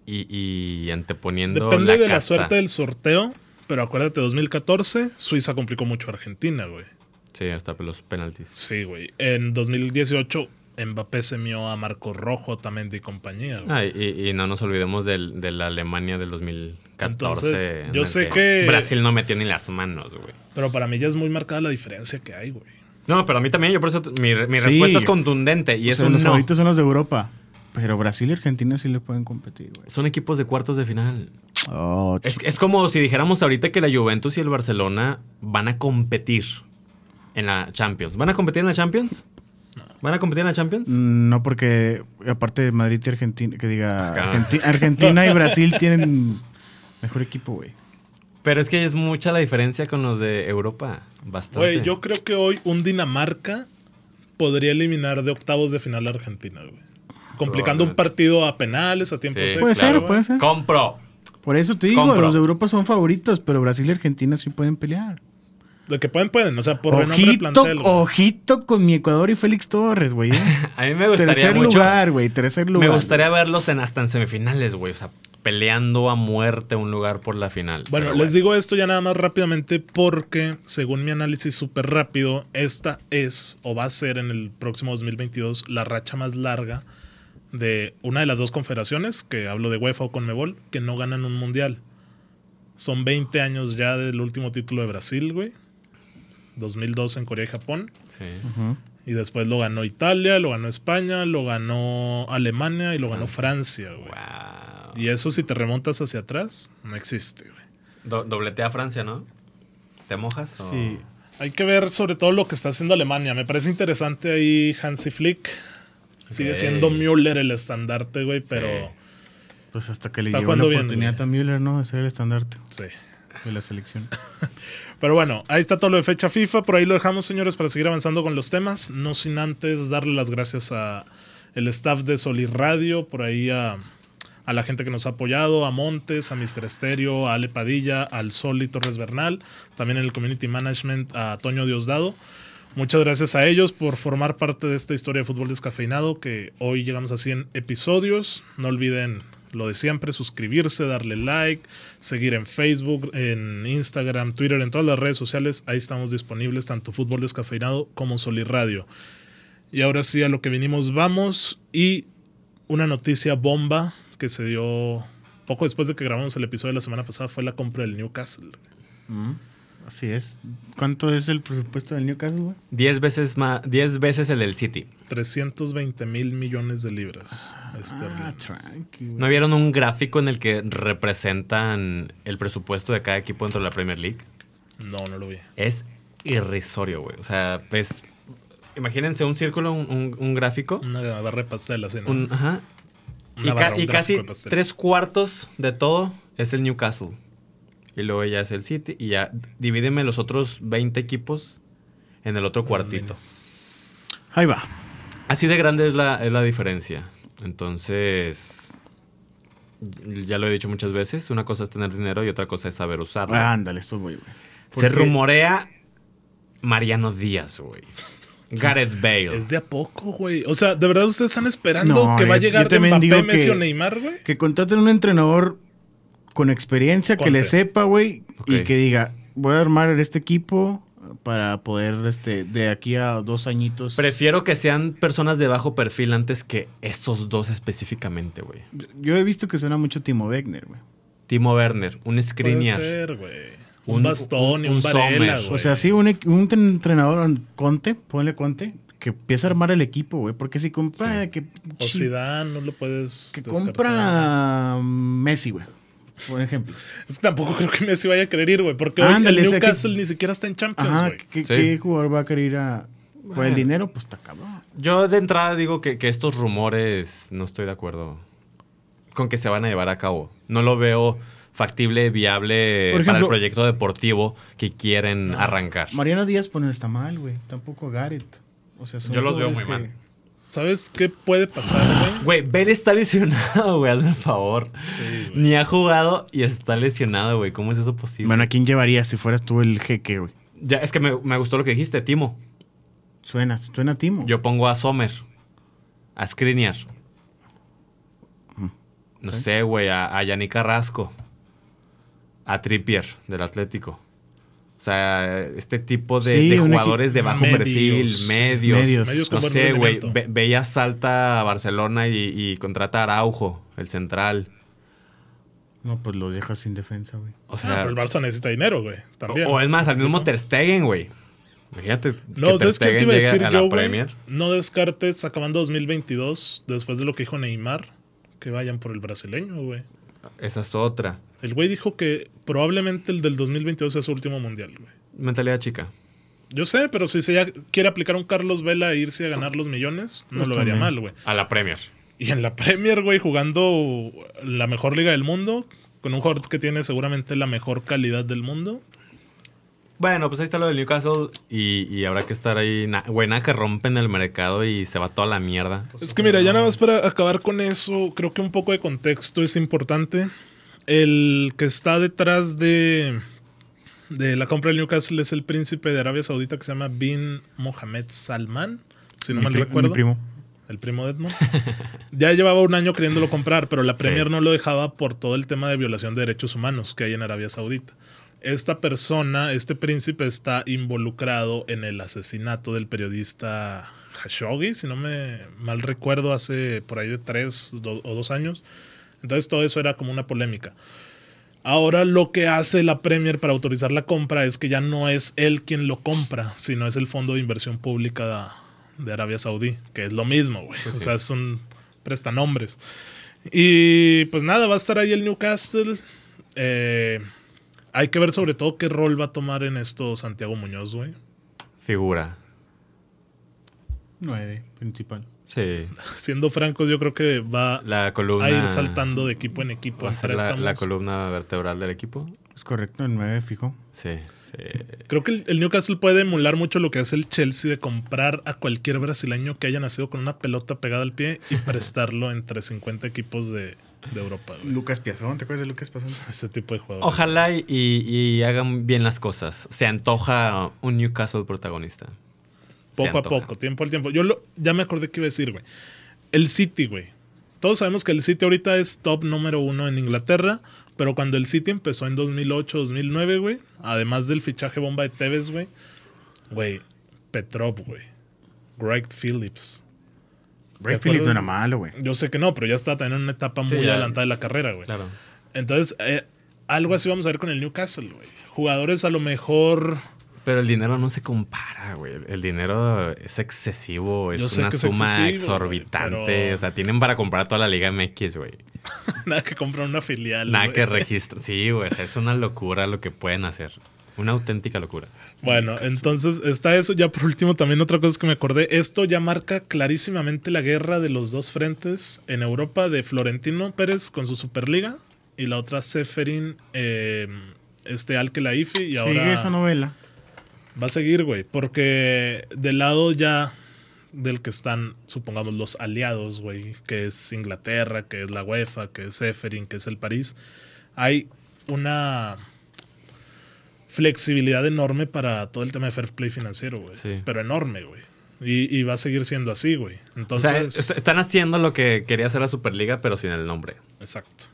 S2: y, y anteponiendo
S1: Depende
S2: la
S1: de la
S2: casta.
S1: suerte del sorteo, pero acuérdate, 2014, Suiza complicó mucho a Argentina, güey.
S2: Sí, hasta los penaltis.
S1: Sí, güey. En 2018, Mbappé semió a Marco Rojo, también y compañía, güey.
S2: Ah, y, y no nos olvidemos del, de la Alemania del 2014.
S1: Entonces,
S2: en
S1: yo
S2: el
S1: sé que-
S2: Brasil no metió ni las manos, güey.
S1: Pero para mí ya es muy marcada la diferencia que hay, güey.
S2: No, pero a mí también, yo por eso t- mi, mi
S3: Sí.
S2: respuesta es contundente y
S3: O
S2: es
S3: sea,
S2: un
S3: los
S2: no.
S3: favoritos son los de Europa. Pero Brasil y Argentina sí le pueden competir, güey.
S2: Son equipos de cuartos de final.
S3: Oh,
S2: Es, es como si dijéramos ahorita que la Juventus y el Barcelona van a competir en la Champions. ¿Van a competir en la Champions? ¿Van a competir en la Champions?
S3: Mm, No, porque aparte de Madrid y Argentina, que diga
S2: Acá.
S3: Argenti- Argentina y Brasil
S2: <laughs>
S3: tienen mejor equipo, güey.
S2: Pero es que es mucha la diferencia con los de Europa. Bastante.
S1: Güey, yo creo que hoy un Dinamarca podría eliminar de octavos de final a Argentina, güey. Complicando un
S2: Probablemente.
S1: partido a penales, a tiempo
S2: Sí,
S1: extra.
S3: Puede ser,
S2: güey.
S3: puede ser.
S2: Compro.
S3: Por eso te digo,
S2: Compro.
S3: los de Europa son favoritos, pero Brasil y Argentina sí pueden pelear.
S1: De que pueden, pueden. O sea, por renombre de
S3: Ojito,
S1: plantel. güey.
S3: ojito con mi Ecuador y Félix Torres, güey. ¿eh?
S2: A mí <laughs> me gustaría
S3: Tercer
S2: mucho.
S3: lugar, güey. Tercer lugar.
S2: me gustaría verlos en, hasta en semifinales, güey. O sea, peleando a muerte un lugar por la final.
S1: Bueno,
S2: Pero
S1: les digo esto ya nada más rápidamente porque, según mi análisis súper rápido, esta es o va a ser en el próximo 2022 la racha más larga de una de las dos confederaciones, que hablo de UEFA o Conmebol, que no ganan un mundial. Son 20 años ya del último título de Brasil, güey. 2002 en Corea y Japón.
S2: Sí.
S3: Ujú.
S1: Y después lo ganó Italia, lo ganó España, lo ganó Alemania y lo ganó Francia, güey.
S2: Wow.
S1: Y eso si te remontas hacia atrás, no existe, güey.
S2: Do- dobletea a Francia, ¿no? ¿Te mojas? o-
S1: Sí. Hay que ver sobre todo lo que está haciendo Alemania. Me parece interesante ahí Hansi Flick. Sigue
S2: Ok.
S1: siendo Müller el estandarte, güey, pero
S3: Pues hasta que le
S1: Está
S3: llegó la
S1: jugando bien,
S3: oportunidad
S1: güey.
S3: a Müller, ¿no? De ser el estandarte
S1: sí.
S3: de la selección.
S1: Pero bueno, ahí está todo lo de fecha FIFA. Por ahí lo dejamos, señores, para seguir avanzando con los temas. No sin antes darle las gracias a el staff de Solir Radio, por ahí a, a la gente que nos ha apoyado, a Montes, a Mr. Estéreo, a Ale Padilla, al Soli Torres Bernal, también el Community Management, a Toño Diosdado. Muchas gracias a ellos por formar parte de esta historia de fútbol descafeinado que hoy llegamos a 100 episodios. No olviden lo de siempre, suscribirse, darle like, seguir en Facebook, en Instagram, Twitter, en todas las redes sociales. Ahí estamos disponibles tanto Fútbol Descafeinado como Solir Radio. Y ahora sí a lo que vinimos vamos y una noticia bomba que se dio poco después de que grabamos el episodio de la semana pasada fue la compra del Newcastle.
S3: Mm, Así es. ¿Cuánto es el presupuesto del Newcastle, güey?
S2: Diez veces más, diez veces el del City.
S1: 320 mil millones de libras
S3: Ah,
S1: esterlinas.
S3: tranqui, güey.
S2: ¿No vieron un gráfico en el que representan el presupuesto de cada equipo dentro de la Premier League?
S1: No, no lo vi.
S2: Es irrisorio, güey. O sea, es... Imagínense un círculo, un, un- un gráfico.
S1: Una barra de pastel así, ¿no?
S2: Un, ajá.
S1: Mm, Una
S2: Y, ca-
S1: barra, un
S2: y
S1: gráfico
S2: casi
S1: de pastel.
S2: tres cuartos de todo es el Newcastle. Y luego ya es el City. Y ya divídeme los otros 20 equipos en el otro cuartito.
S1: Menos.
S3: Ahí va.
S2: Así de grande es la, es la diferencia. Entonces, ya lo he dicho muchas veces, una cosa es tener dinero y otra cosa es saber usarlo.
S3: Ah, ándale, esto voy, güey.
S2: Se
S1: porque-
S2: rumorea Mariano
S1: <laughs>
S2: Díaz, güey. Gareth Bale.
S1: Es de a poco, güey. O sea, ¿de verdad ustedes están esperando
S3: No,
S1: que va a
S3: yo- yo
S1: llegar
S3: también
S1: Mbappé,
S3: digo
S1: Messi
S3: que-
S1: o Neymar, güey?
S3: Que contraten un entrenador con experiencia, que
S1: Conte.
S3: le sepa, güey,
S2: Ok.
S3: y que diga, voy a armar este equipo para poder, este, de aquí a dos añitos.
S2: Prefiero que sean personas de bajo perfil antes que esos dos específicamente, güey.
S3: Yo he visto que suena mucho Timo Wegner, güey.
S2: Timo Werner, un
S1: Puede
S2: Skriniar.
S1: ser, güey. Un,
S2: Un-
S1: bastón y un,
S2: un
S1: varela,
S2: Sommer.
S1: güey.
S3: O sea, sí, un, equ- un entrenador, Conte, ponle Conte, que empieza a armar el equipo, güey. Porque si compra,
S2: Sí.
S3: que,
S1: O Zidane, no lo puedes
S3: que
S1: descartar.
S3: compra Messi, güey. Por ejemplo.
S1: Es que tampoco <laughs> creo que Messi vaya a querer ir, güey. Porque hoy
S3: Ándale,
S1: el
S3: o sea, que-
S1: Newcastle ni siquiera está en Champions,
S3: Ajá,
S1: güey.
S3: ¿qué,
S2: Sí.
S3: qué jugador va a querer ir a... Por el
S2: Bueno.
S3: dinero, pues está cabrón.
S2: Yo de entrada digo que, que estos rumores no estoy de acuerdo con que se van a llevar a cabo. No lo veo factible, viable
S3: Por
S2: para el
S3: ejemplo-
S2: proyecto deportivo que quieren
S1: Ah.
S2: arrancar.
S3: Mariano Díaz, pues no está mal, güey. Tampoco Gareth. O sea, son
S2: Yo los veo
S3: jugadores
S2: muy
S3: que-
S2: mal.
S1: ¿Sabes qué puede pasar, güey?
S2: Güey, Bale está lesionado, güey, hazme el favor.
S1: Sí, güey.
S2: Ni ha jugado y está lesionado, güey. ¿Cómo es eso posible?
S3: Bueno, ¿a quién llevarías si fueras tú el jeque, güey?
S2: Ya, es que me, me gustó lo que dijiste, Timo.
S3: Suena, suena a Timo.
S2: Yo pongo a Sommer, a Skriniar. No sé, güey, a, a Yannick Carrasco, a Trippier del Atlético. O sea, este tipo de,
S3: Sí,
S2: de
S3: un equi-
S2: jugadores de bajo
S1: Medios.
S2: perfil, medios.
S3: Medios.
S1: Medios con
S2: No
S1: buen
S2: sé, güey.
S1: rendimiento.
S2: Ve- Bella salta a Barcelona y, y contrata a Araujo, el central.
S3: No, pues los dejas sin defensa, güey.
S2: O
S1: Ah,
S2: sea,
S1: pero el Barça necesita dinero, güey. También.
S2: o, o es más, al mismo
S1: ¿Explico?
S2: Ter Stegen, güey. Imagínate.
S1: No,
S2: Ter
S1: ¿sabes qué te
S2: Stegen
S1: iba a
S2: llegue
S1: decir
S2: a la
S1: yo, güey?
S2: Premier.
S1: No descartes acabando 2022, después de lo que dijo Neymar, que vayan por el brasileño, güey.
S2: Esa es otra.
S1: El güey dijo que probablemente el del 2022 sea su último mundial, güey.
S2: Mentalidad chica.
S1: Yo sé, pero si se ya quiere aplicar un Carlos Vela e irse a ganar los millones, no
S3: Pues
S1: lo vería
S3: también.
S1: mal, güey.
S2: A la Premier.
S1: Y en la Premier, güey, jugando la mejor liga del mundo, con un jugador que tiene seguramente la mejor calidad del mundo.
S2: Bueno, pues ahí está lo del Newcastle y, y habrá que estar ahí. na- Güey, nada que rompen el mercado y se va toda la mierda.
S1: Es que mira, ya nada más para acabar con eso, creo que un poco de contexto es importante. El que está detrás de, de la compra del Newcastle es el príncipe de Arabia Saudita que se llama Bin Mohammed Salman, si no
S3: Mi
S1: mal
S3: pri-
S1: recuerdo.
S3: Mi primo.
S1: El primo de Edmond. <laughs> ya llevaba un año queriéndolo comprar, pero la Premier
S2: Sí.
S1: no lo dejaba por todo el tema de violación de derechos humanos que hay en Arabia Saudita. Esta persona, este príncipe, está involucrado en el asesinato del periodista Khashoggi, si no me mal recuerdo, hace por ahí de tres do- o dos años. Entonces todo eso era como una polémica. Ahora lo que hace la Premier para autorizar la compra es que ya no es él quien lo compra, sino es el Fondo de Inversión Pública de Arabia Saudí, que es lo mismo, güey.
S2: Pues
S1: o
S2: sí.
S1: sea, son prestanombres. Y pues nada, va a estar ahí el Newcastle. Eh, hay que ver sobre todo qué rol va a tomar en esto Santiago Muñoz, güey. <laughs>
S2: Figura.
S3: Nueve, principal.
S2: Sí.
S1: Siendo francos, yo creo que va
S2: La columna.
S1: a ir saltando de equipo en equipo.
S2: Va a
S1: en
S2: ser la,
S1: préstamos.
S2: la columna vertebral del equipo.
S3: Es correcto, el nueve fijo.
S2: Sí, sí.
S1: Creo que el, el Newcastle puede emular mucho lo que hace el Chelsea de comprar a cualquier brasileño que haya nacido con una pelota pegada al pie
S2: <laughs>
S1: y prestarlo entre 50 equipos de, de Europa. güey.
S3: Lucas Piazón, ¿te acuerdas de Lucas Piazón?
S1: Ese tipo de jugadores.
S2: Ojalá y, y- y hagan bien las cosas. Se antoja un Newcastle protagonista. Se
S1: Poco a
S2: antoja.
S1: poco, tiempo al tiempo. Yo lo- ya me acordé que iba a decir, güey. El City, güey. Todos sabemos que el City ahorita es top número uno en Inglaterra, pero cuando el City empezó en 2008, 2009, güey, además del fichaje bomba de Tevez, güey, güey, Petrov, güey, Greg Phillips,
S3: Ray
S1: ¿Te
S3: Phillips
S1: acuerdas?
S3: no era malo, güey.
S1: Yo sé que no, pero ya está también en una etapa
S2: Sí,
S1: muy
S2: ya.
S1: adelantada de la carrera, güey.
S2: Claro.
S1: Entonces, eh, algo así vamos a ver con el Newcastle, güey. Jugadores a lo mejor. <laughs>
S2: Pero el dinero no se compara, güey. El dinero es excesivo,
S1: Yo
S2: es
S1: sé
S2: una
S1: que es
S2: suma
S1: excesivo, güey,
S2: exorbitante.
S1: pero-
S2: O sea, tienen para comprar toda la Liga MX, güey.
S1: Nada que comprar una filial.
S2: Nada
S1: güey.
S2: que registra. Sí, güey. o sea, es una locura lo que pueden hacer. Una auténtica locura.
S1: Bueno, entonces está eso. Ya por último, también otra cosa que me acordé. Esto ya marca clarísimamente la guerra de los dos frentes en Europa de Florentino Pérez con su Superliga y la otra Seferin, eh, este Alkelaifi y ahora.
S3: Sigue esa novela.
S1: Va a seguir, güey, porque del lado ya del que están, supongamos, los aliados, güey, que es Inglaterra, que es la UEFA, que es Seferin, que es el París, hay una flexibilidad enorme para todo el tema de fair play financiero, güey.
S2: Sí.
S1: Pero enorme, güey. Y, y va a seguir siendo así, güey.
S2: O sea,
S1: Entonces,
S2: est- están haciendo lo que quería hacer la Superliga, pero sin el nombre.
S1: exacto.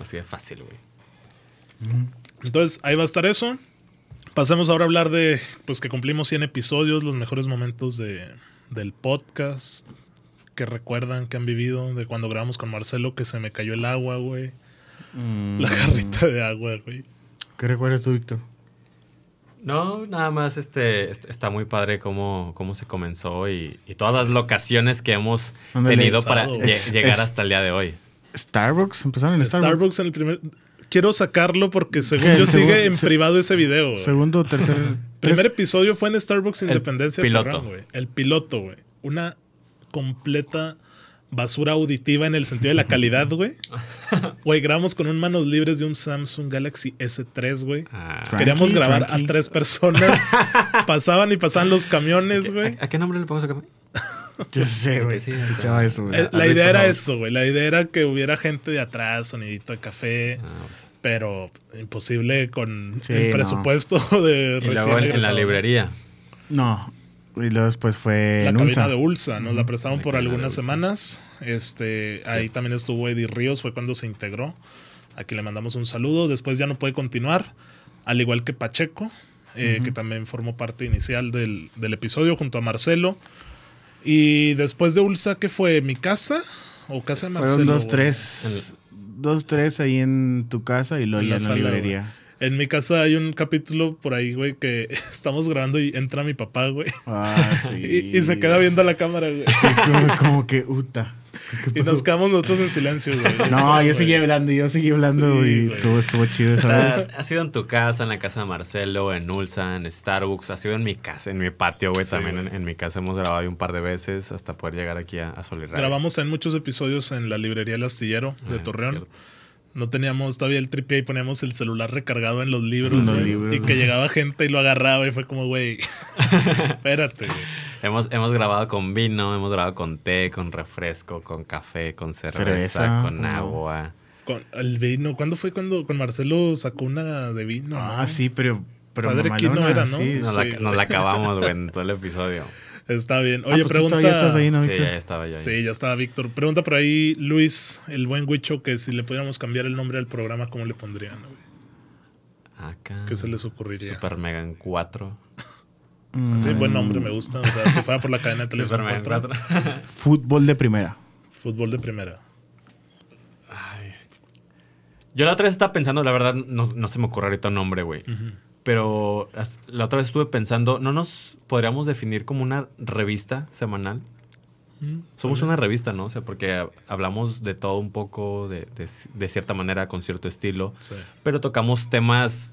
S2: Así de fácil, güey.
S1: Entonces, ahí va a estar eso. Pasemos ahora a hablar de, pues que cumplimos 100 episodios, los mejores momentos de, del podcast, que recuerdan, que han vivido, de cuando grabamos con Marcelo, que se me cayó el agua, güey. <laughs>
S3: Mm.
S1: La garrita de agua, güey.
S3: ¿Qué recuerdas tú, Víctor?
S2: No, nada más este, est- está muy padre cómo, cómo se comenzó y, y todas las locaciones que hemos
S3: Ándale.
S2: tenido para
S1: Sábado.
S2: lle-
S3: Es-
S2: llegar
S3: es-
S2: hasta el día de hoy.
S3: Starbucks, empezaron en Starbucks.
S1: Starbucks en el primer... Quiero sacarlo porque según
S3: ¿Qué?
S1: yo
S3: Según-
S1: sigue en
S3: se-
S1: privado ese video, güey. <laughs>
S3: Segundo, tercer.
S1: primer
S3: tres-
S1: episodio fue en Starbucks
S2: El
S1: Independencia.
S2: piloto.
S1: Torreón, güey. El piloto, güey. Una completa basura auditiva en el sentido de la calidad, güey. Güey, grabamos con un manos libres de un Samsung Galaxy S3, güey.
S2: Ah,
S3: Frankie,
S1: Queríamos grabar
S3: Frankie.
S1: a tres
S2: <laughs>
S1: personas. pasaban y pasaban los camiones, güey.
S2: ¿A, a qué nombre le pongo ese café?
S3: Ya sé, güey.
S2: Sí,
S3: Escuchaba eso, güey.
S1: Eh, La
S2: Luis,
S1: idea
S2: por
S1: era
S2: favor.
S1: eso, güey. La idea era que hubiera gente de atrás, sonidito de café,
S2: Ah, pues.
S1: pero imposible con
S3: Sí,
S1: el
S3: no.
S1: presupuesto <laughs> de
S2: Y
S1: recién
S2: luego en- en, la
S1: egresado.
S2: librería.
S3: No. Y luego después fue
S1: La
S3: en
S1: cabina
S3: Ulsa.
S1: de Ulsa, nos la prestaron
S2: La
S1: por
S2: cabina de
S1: algunas
S2: Ulsa.
S1: semanas. Este, ahí también estuvo Eddie Ríos, fue cuando se integró. Aquí le mandamos un saludo. Después ya no puede continuar, al igual que Pacheco, eh, que también formó parte inicial del, del episodio junto a Marcelo. Y después de Ulsa, ¿qué fue? ¿Mi casa? ¿O casa de Marcelo?
S3: Fueron dos,
S1: güey?
S3: tres. Dos, tres ahí en tu casa y luego
S1: En la
S3: ya en la
S1: sala,
S3: librería.
S1: En mi casa hay un capítulo por ahí, güey, que <laughs> estamos grabando y entra mi papá, güey.
S3: Ah,
S1: <laughs>
S3: sí.
S1: Y, y se queda
S3: <laughs>
S1: viendo a la cámara, güey.
S3: Como, como que, uta. ¿qué
S1: Y
S3: pasó?
S1: nos quedamos nosotros en silencio, güey.
S3: No, yo seguí
S1: seguía
S3: hablando, yo seguí hablando
S1: Sí,
S3: y
S1: güey. Ah,
S3: todo estuvo chido esa
S2: sea,
S3: vez.
S2: ha sido en tu casa, en la casa de Marcelo, en Ulsan, en Starbucks, ha sido en mi casa, en mi patio, güey.
S1: Sí,
S2: también
S1: güey.
S2: En, en mi casa hemos grabado ahí un par de veces hasta poder llegar aquí a, a Sol y Radio.
S1: Grabamos en muchos episodios en la librería El Astillero de
S2: Ah,
S1: Torreón.
S2: cierto.
S1: No teníamos todavía el tripié y poníamos el celular recargado en los libros.
S3: En los
S1: güey.
S3: libros,
S1: y que
S3: ¿no?
S1: llegaba gente y lo agarraba y fue como,
S3: <laughs>
S1: güey, espérate. güey.
S2: Hemos, hemos grabado con vino, hemos grabado con té, con refresco, con café, con cerveza,
S3: Cerveza,
S2: con
S3: ¿no?
S2: agua.
S1: Con el vino, ¿cuándo fue cuando con Marcelo sacó una de vino?
S3: Ah,
S1: no?
S3: sí, pero. pero
S1: Padre Quino
S3: mamalona,
S1: era, ¿no?
S3: sí,
S2: Nos,
S1: Sí,
S2: la,
S1: sí.
S2: nos la acabamos,
S1: <laughs>
S2: güey, en todo el episodio.
S1: Está bien.
S3: Ah,
S1: Oye,
S3: pues tú
S1: pregunta.
S3: todavía estás ahí, ¿no,
S2: sí,
S3: Víctor?
S2: ya estaba yo ahí.
S1: Sí, ya está, Víctor. Pregunta por ahí Luis, el buen Huicho, que si le pudiéramos cambiar el nombre al programa, ¿cómo le pondrían? güey?
S2: Acá.
S1: ¿Qué se les ocurriría?
S2: Super Megan 4.
S3: Mm,
S1: Sí, buen nombre, me gusta. O sea, si fuera por la
S3: <laughs>
S1: cadena de
S2: Super
S1: televisión.
S2: Megan
S1: cuatro,
S2: 4.
S3: Fútbol de primera.
S1: Fútbol de primera.
S2: <laughs> Yo la otra vez estaba pensando, la verdad, no, no se me ocurre ahorita un nombre, güey.
S1: Ujú.
S2: Pero as- la otra vez estuve pensando, ¿no nos podríamos definir como una revista semanal?
S1: Mm,
S2: Somos una revista, ¿no? O sea, porque ha- hablamos de todo un poco, de, de- de cierta manera, con cierto estilo.
S1: sí.
S2: Pero tocamos temas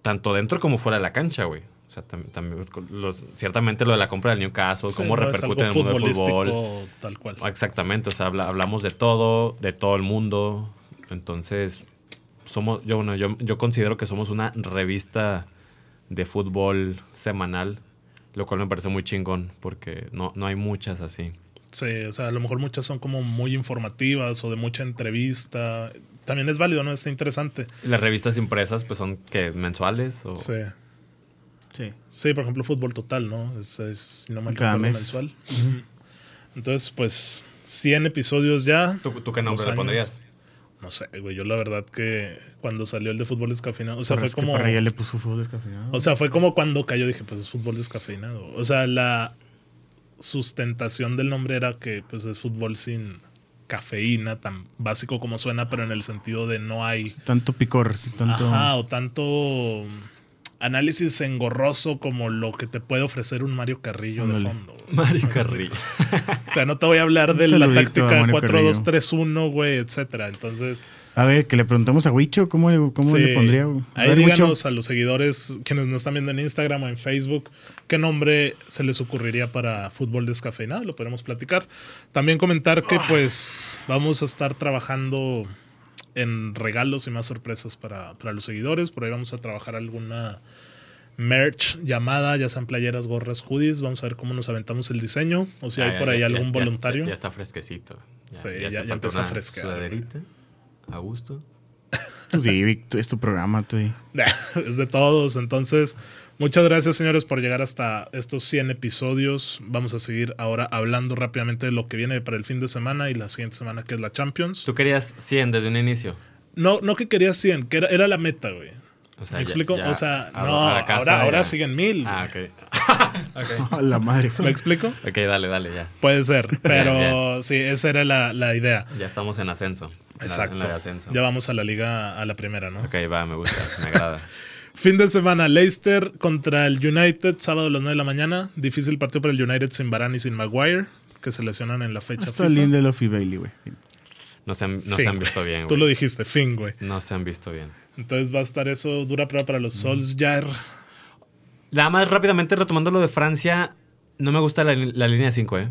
S2: tanto dentro como fuera de la cancha, güey. O sea, tam- también pues, con los- ciertamente lo de la compra del Newcastle, cómo
S1: Sí, no, es
S2: repercute en el
S1: algo
S2: mundo del fútbol.
S1: futbolístico, Tal cual.
S2: Exactamente, o sea, habla- hablamos de todo, de todo el mundo. Entonces, somos, yo, bueno, yo, yo considero que somos una revista de fútbol semanal, lo cual me parece muy chingón, porque no, no hay muchas así.
S1: Sí, o sea, a lo mejor muchas son como muy informativas o de mucha entrevista. También es válido, ¿no? Está interesante.
S2: Las revistas impresas, pues son que mensuales o
S1: Sí.
S3: Sí.
S1: Sí, por ejemplo, fútbol total, ¿no? Es, es si no me
S3: Cada
S1: recuerdo,
S3: mes.
S1: mensual. Ujú. Entonces, pues, 100 episodios ya.
S2: ¿Tú, tú qué nombre
S1: Dos
S2: le
S1: años.
S2: pondrías?
S1: No sé, güey. Yo la verdad que cuando salió el de fútbol descafeinado, o sea,
S3: Pero
S1: fue
S3: es que
S1: como.
S3: para ella le puso fútbol descafeinado.
S1: O sea, fue como cuando cayó, dije, pues es fútbol descafeinado. O sea, la sustentación del nombre era que pues es fútbol sin cafeína, tan básico como suena, pero en el sentido de no hay
S3: tanto picor, tanto.
S1: ajá, o tanto mm, análisis engorroso como lo que te puede ofrecer un Mario Carrillo de
S3: Ándale. <laughs>
S1: fondo.
S2: Mario Carrillo.
S1: O sea, no te voy a hablar de
S3: Un
S1: la
S3: saludito a
S1: táctica
S3: Mario
S1: 4-2-3-1, güey, etcétera. Entonces,
S3: A ver, que le preguntamos a Huicho cómo, le- cómo
S1: Sí.
S3: le pondría. güey? A
S1: Ahí
S3: ver, Huicho.
S1: díganos a los seguidores, quienes nos están viendo en Instagram o en Facebook, qué nombre se les ocurriría para fútbol descafeinado. Lo podemos platicar. También comentar que, pues, vamos a estar trabajando en regalos y más sorpresas para, para los seguidores. Por ahí vamos a trabajar alguna merch llamada, ya sean playeras, gorras, hoodies. Vamos a ver cómo nos aventamos el diseño o si
S2: Ah,
S1: hay
S2: ya-
S1: por ahí
S2: ya-
S1: algún
S2: ya-
S1: voluntario.
S2: Ya, ya está fresquecito. Ya,
S1: Sí,
S2: ya
S1: ya-
S2: hace
S1: ya
S2: falta
S1: empezó a
S2: una
S1: fresquear, güey.
S2: Sudaderita, a gusto.
S3: Tú di, Vic, tú- es tu programa, tú di.
S1: <laughs> es de todos. Entonces, muchas gracias, señores, por llegar hasta estos 100 episodios. Vamos a seguir ahora hablando rápidamente de lo que viene para el fin de semana y la siguiente semana, que es la Champions.
S2: Tú querías 100 desde un inicio.
S1: No, no que quería 100, que era, era la meta, güey.
S2: O
S1: ¿Me
S2: sea, Ah, ya-
S1: explico?
S2: ya
S1: o sea,
S2: a-
S1: no,
S2: a la casa,
S1: ahora, ahora
S2: ya.
S1: siguen mil.
S2: Ah, ok.
S3: <laughs> A la madre.
S1: ¿Me
S2: <laughs>
S1: explico?
S2: Ok, dale, dale, ya.
S1: Puede ser, pero
S2: bien.
S1: sí, esa era la, la idea.
S2: Ya estamos en ascenso. En la-
S1: Exacto.
S2: En la de ascenso.
S1: Ya vamos a la liga, a la primera, ¿no?
S2: Ok, va, me gusta, me agrada.
S1: Fin de semana, Leicester contra el United, sábado a las 9 de la mañana. Difícil partido para el United sin Varane y sin Maguire, que se lesionan en la fecha.
S3: Hasta
S1: FIFA.
S3: Lindelof y Bailey, güey.
S2: No se han, no
S1: Fin,
S2: se han
S1: güey.
S2: visto bien,
S1: Tú lo
S2: güey.
S1: dijiste, fin, güey.
S2: No se han visto bien.
S1: Entonces va a estar eso, dura prueba para
S2: Mm.
S1: los Solskjaer.
S2: Nada más rápidamente retomando lo de Francia, no me gusta la, la línea 5, ¿eh?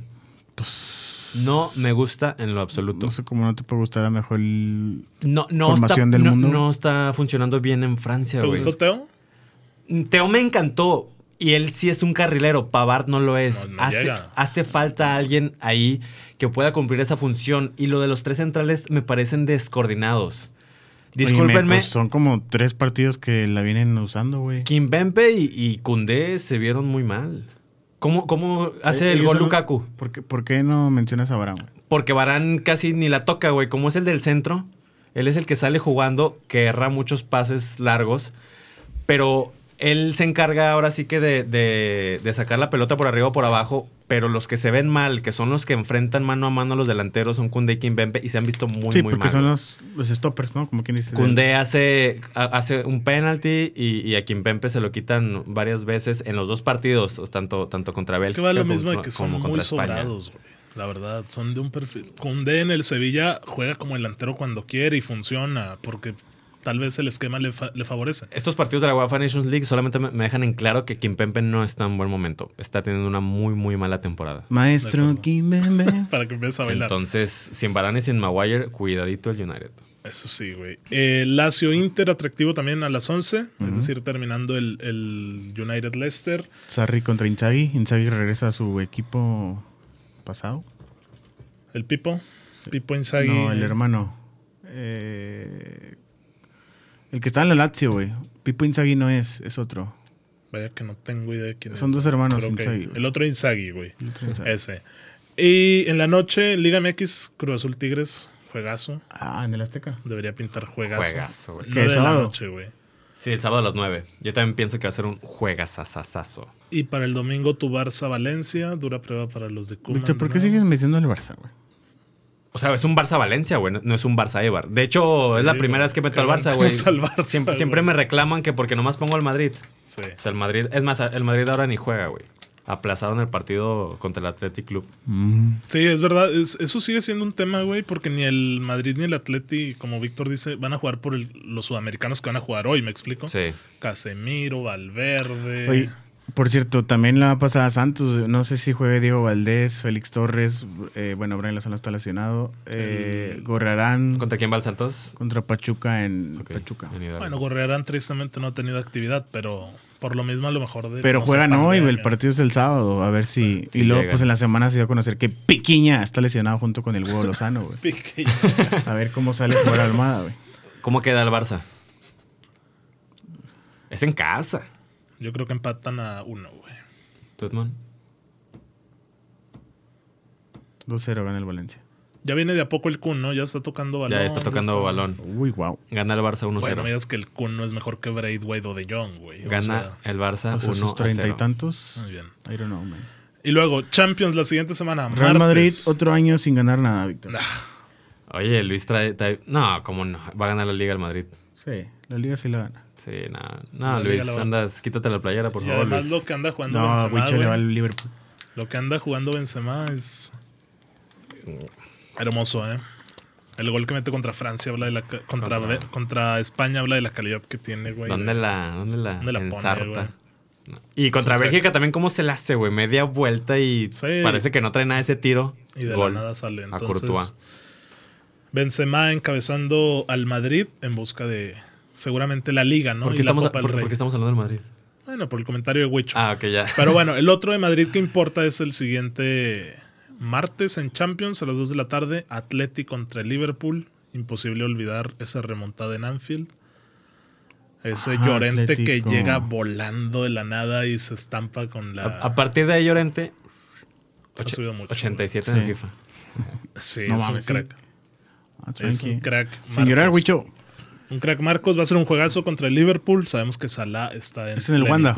S1: Pues,
S2: No me gusta en lo absoluto.
S3: No sé cómo no te puede gustar a lo mejor el.
S2: No, no,
S3: Formación
S2: está,
S3: del
S2: no-
S3: mundo.
S2: no está funcionando bien en Francia,
S1: ¿Te
S2: güey.
S1: gustó, Teo?
S2: Teo me encantó. Y él sí es un carrilero, Pavard no lo es.
S1: No, no
S2: hace,
S1: llega.
S2: hace falta alguien ahí que pueda cumplir esa función. Y lo de los tres centrales me parecen descoordinados.
S3: Oye, me-
S2: Discúlpenme,
S3: pues son como tres partidos que la vienen usando, güey.
S2: Kimpembe y, y Koundé se vieron muy mal. ¿Cómo, cómo hace
S3: Eh,
S2: el
S3: ellos
S2: gol
S3: son-
S2: Lukaku?
S3: ¿Por qué, por qué no mencionas a Varane, güey?
S2: Porque Barán casi ni la toca, güey. Como es el del centro, él es el que sale jugando, que erra muchos pases largos. Pero Él se encarga ahora sí que de, de- de sacar la pelota por arriba o por abajo, pero los que se ven mal, que son los que enfrentan mano a mano a los delanteros, son Kunde y Kimpembe y se han visto muy,
S3: sí,
S2: muy
S3: porque
S2: mal.
S3: son los, los stoppers, ¿no? Como quien dice.
S2: Cundé hace, a- hace un penalti y, y a Kimpempe se lo quitan varias veces en los dos partidos, tanto, tanto contra
S1: Es que
S2: Bélgica
S1: va lo
S2: como
S1: mismo de
S2: contra-
S1: que son
S2: como
S1: muy
S2: contra España.
S1: sobrados, güey. La verdad, son de un perfil. Cundé en el Sevilla juega como delantero cuando quiere y funciona, porque tal vez el esquema le, fa- le favorece.
S2: Estos partidos de la UEFA Nations League solamente me me dejan en claro que Kimpempe no está en buen momento. Está teniendo una muy, muy mala temporada.
S1: De
S3: Maestro
S1: acuerdo. <laughs>
S3: Kimbembe.
S1: Para que empiece a bailar.
S2: Entonces, sin Varane y sin Maguire, cuidadito el United.
S1: Eso sí, güey. Eh, Lazio Inter atractivo también a las 11, es decir, terminando el, el United Leicester.
S3: Sarri contra Inzaghi. Inzaghi regresa a su equipo pasado.
S1: El Pipo. Pipo Inzaghi.
S3: No, el hermano. Eh, el que está en la Lazio, güey. Pipo Inzaghi no es, es otro.
S1: Vaya que no tengo idea de quién
S3: Son
S1: es.
S3: dos hermanos
S1: Pero ok,
S3: Inzaghi, güey.
S1: El otro Inzaghi, güey.
S3: El otro Inzaghi.
S1: Ese. Y en la noche, Liga MX, Cruz Azul Tigres, juegazo.
S3: Ah, en el Azteca.
S1: Debería pintar juegazo.
S2: Juegazo, güey.
S1: Nueve
S3: ¿Qué,
S1: de la
S3: sábado?
S1: noche, güey.
S2: Sí, el sábado a las 9. Yo también pienso que va a ser un juegazazazazo.
S1: Y para el domingo, tu Barça Valencia, dura prueba para los de Cuba.
S3: Víctor, ¿por qué sigues metiendo al Barça, güey?
S2: O sea, es un Barça-Valencia, güey. no- No es un Barça-Evar. De hecho,
S1: Sí,
S2: es la
S1: güey.
S2: primera vez que meto
S1: Que
S2: al Barça, güey.
S1: metemos al Barça,
S2: Siempre,
S1: güey.
S2: siempre me reclaman que porque nomás pongo al Madrid.
S1: Sí.
S2: O sea, el Madrid... Es más, el Madrid ahora ni juega, güey. Aplazaron el partido contra el Athletic Club. Mm.
S1: Sí, es verdad. es- eso sigue siendo un tema, güey, porque ni el Madrid ni el Atleti, como Víctor dice, van a jugar por el- los sudamericanos que van a jugar hoy, ¿me explico?
S2: Sí.
S1: Casemiro, Valverde.
S3: Oye, por cierto, también la pasada Santos. No sé si juegue Diego Valdés, Félix Torres. eh, bueno, Brian Lozano está lesionado. Eh, Gorrarán
S2: ¿Contra quién va el Santos?
S3: contra Pachuca en
S2: Ok,
S3: Pachuca.
S2: en Hidalgo.
S1: Bueno, Gorrearán tristemente no ha tenido actividad, pero por lo mismo a lo mejor... De,
S3: Pero
S1: no sé,
S3: juegan hoy,
S1: pandemia.
S3: el partido es el sábado, a ver si...
S2: Sí,
S3: y luego,
S2: llegan.
S3: pues en la semana se dio a conocer que Piquiña está lesionado junto con el huevo Lozano, güey.
S1: <laughs> Pique.
S3: A ver cómo sale fuera Almada, güey.
S2: ¿Cómo queda el Barça? Es en casa.
S1: Yo creo que empatan a uno, güey.
S2: Tutman.
S3: 2-0 gana el Valencia.
S1: Ya viene de a poco el Kun, ¿no? Ya está tocando balón.
S2: Ya está tocando balón.
S3: Uy, wow.
S2: Gana el Barça 1-0.
S1: Bueno, me digas que el Kun no es mejor que Braithwaite o De Jong, güey. O
S2: Gana
S1: sea,
S2: el Barça
S3: O sea,
S2: 1
S3: sus treinta y tantos.
S2: Ah,
S1: muy bien.
S3: I don't know, man.
S1: Y luego, Champions la siguiente semana.
S3: Real Madrid,
S1: martes.
S3: otro año sin ganar nada, Víctor.
S2: Oye, Luis trae, trae- No, como no. Va a ganar la Liga el Madrid.
S3: Sí, la liga sí la gana.
S2: Sí, no.
S1: La
S2: No,
S1: Liga
S2: Luis,
S1: la va-
S2: andas, quítate la playera, por
S1: Y
S2: favor.
S1: además
S2: Luis.
S1: lo que anda jugando
S3: No,
S1: Benzema,
S3: Huicho le va
S1: güey.
S3: al Liverpool.
S1: Lo que anda jugando Benzema es hermoso, ¿eh? El gol que mete contra Francia habla de la ca- contra,
S2: Contra-
S1: Ve- contra España habla de la calidad que tiene, güey.
S2: ¿Dónde la, dónde la,
S1: ¿Dónde la pone,
S2: ensarta?
S1: güey?
S2: No. Y contra
S1: Súper.
S2: Bélgica también, ¿cómo se la hace, güey? Media vuelta y
S1: Sí.
S2: parece que no trae nada ese tiro.
S1: Y de
S2: Gol
S1: la nada sale.
S2: a
S1: Entonces,
S2: Courtois.
S1: Benzema encabezando al Madrid en busca de seguramente la liga, ¿no?
S2: ¿Por, qué
S1: Y la
S2: estamos,
S1: Copa del
S2: por-
S1: Rey.
S2: por qué estamos hablando del Madrid?
S1: Bueno, por el comentario de Huicho.
S2: Ah, ok, ya.
S1: Pero bueno, el otro de Madrid que importa es el siguiente martes en Champions a las 2 de la tarde, Atleti contra el Liverpool. Imposible olvidar esa remontada en Anfield. Ese
S3: Ah,
S1: Llorente
S3: Atlético.
S1: que llega volando de la nada y se estampa con la...
S2: A, a partir de ahí, Llorente,
S1: Ha subido mucho,
S2: 87 en
S3: Sí.
S2: el FIFA.
S1: Sí,
S3: No
S1: es un
S3: mames, sí.
S1: crack.
S3: Ah,
S1: Es
S3: tranqui.
S1: un crack.
S3: Sin llorar,
S1: Marcos.
S3: Huicho.
S1: Un crack Marcos va a ser un juegazo contra el Liverpool. Sabemos que Salah está en,
S3: Es en el Wanda.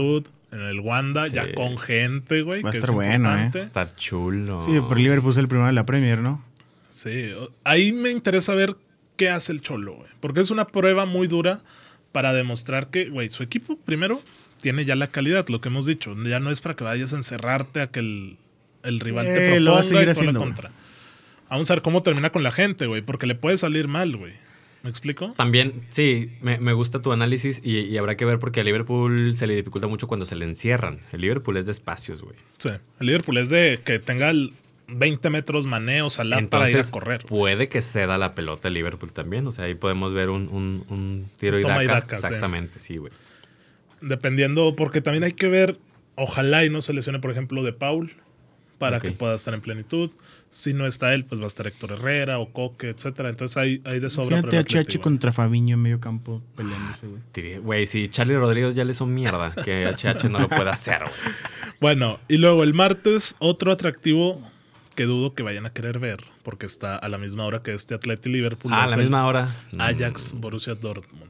S1: En el Wanda, ya
S2: Sí.
S1: con gente, güey.
S3: Va a
S1: que
S3: estar
S1: es
S3: bueno, ¿eh?
S1: importante.
S2: Está chulo.
S3: Sí, por Liverpool es el primero de la Premier, ¿no?
S1: Sí, o- ahí me interesa ver qué hace el Cholo, güey. Porque es una prueba muy dura para demostrar que, güey, su equipo, primero, tiene ya la calidad, lo que hemos dicho. Ya no es para que vayas a encerrarte a que el, el rival te proponga
S3: Eh, lo va a seguir
S1: y tú a
S3: haciendo,
S1: la
S3: güey.
S1: contra. Vamos a ver cómo termina con la gente, güey, porque le puede salir mal, güey. ¿Me explico?
S2: También, sí, me, me gusta tu análisis y, y habrá que ver porque a Liverpool se le dificulta mucho cuando se le encierran. El Liverpool es de espacios, güey.
S1: Sí. El Liverpool es de que tenga el 20 metros maneos al lado para ir a
S2: Entonces,
S1: correr.
S2: puede que ceda la pelota el Liverpool también. O sea, ahí podemos ver un, un- un tiro
S1: Un
S2: y
S1: toma y
S2: daca.
S1: daca, sí.
S2: Exactamente, sí, güey.
S1: Dependiendo, porque también hay que ver, ojalá y no se lesione, por ejemplo, de Paul, para
S2: Ok.
S1: que pueda estar en plenitud. Si no está él, pues va a estar Héctor Herrera o Coque, etcétera. Entonces hay, hay de sobra.
S3: Fíjate a
S1: prueba
S3: Chachi
S1: atlética.
S3: contra Fabiño en medio campo peleándose, güey.
S2: Tiri- Güey, si Charlie Rodríguez ya le hizo mierda,
S1: <laughs>
S2: que HH no lo puede hacer, güey.
S1: Bueno, y luego el martes, otro atractivo que dudo que vayan a querer ver, porque está a la misma hora que este Atleti Liverpool.
S2: Ah, a
S1: es
S2: la
S1: el
S2: misma Mm. hora. No,
S1: Ajax Borussia Dortmund.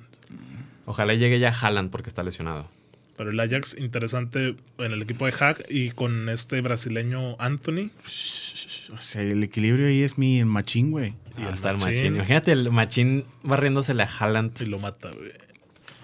S2: Ojalá llegue ya Haaland porque está lesionado.
S1: Pero el Ajax, interesante en el equipo de Hack y con este brasileño Anthony.
S3: O sea, el equilibrio ahí es mi machín, güey.
S1: Y el
S2: Hasta el
S1: Machín.
S2: machín. Imagínate el machín barriéndose la
S1: Y
S2: Haaland.
S1: lo mata, güey.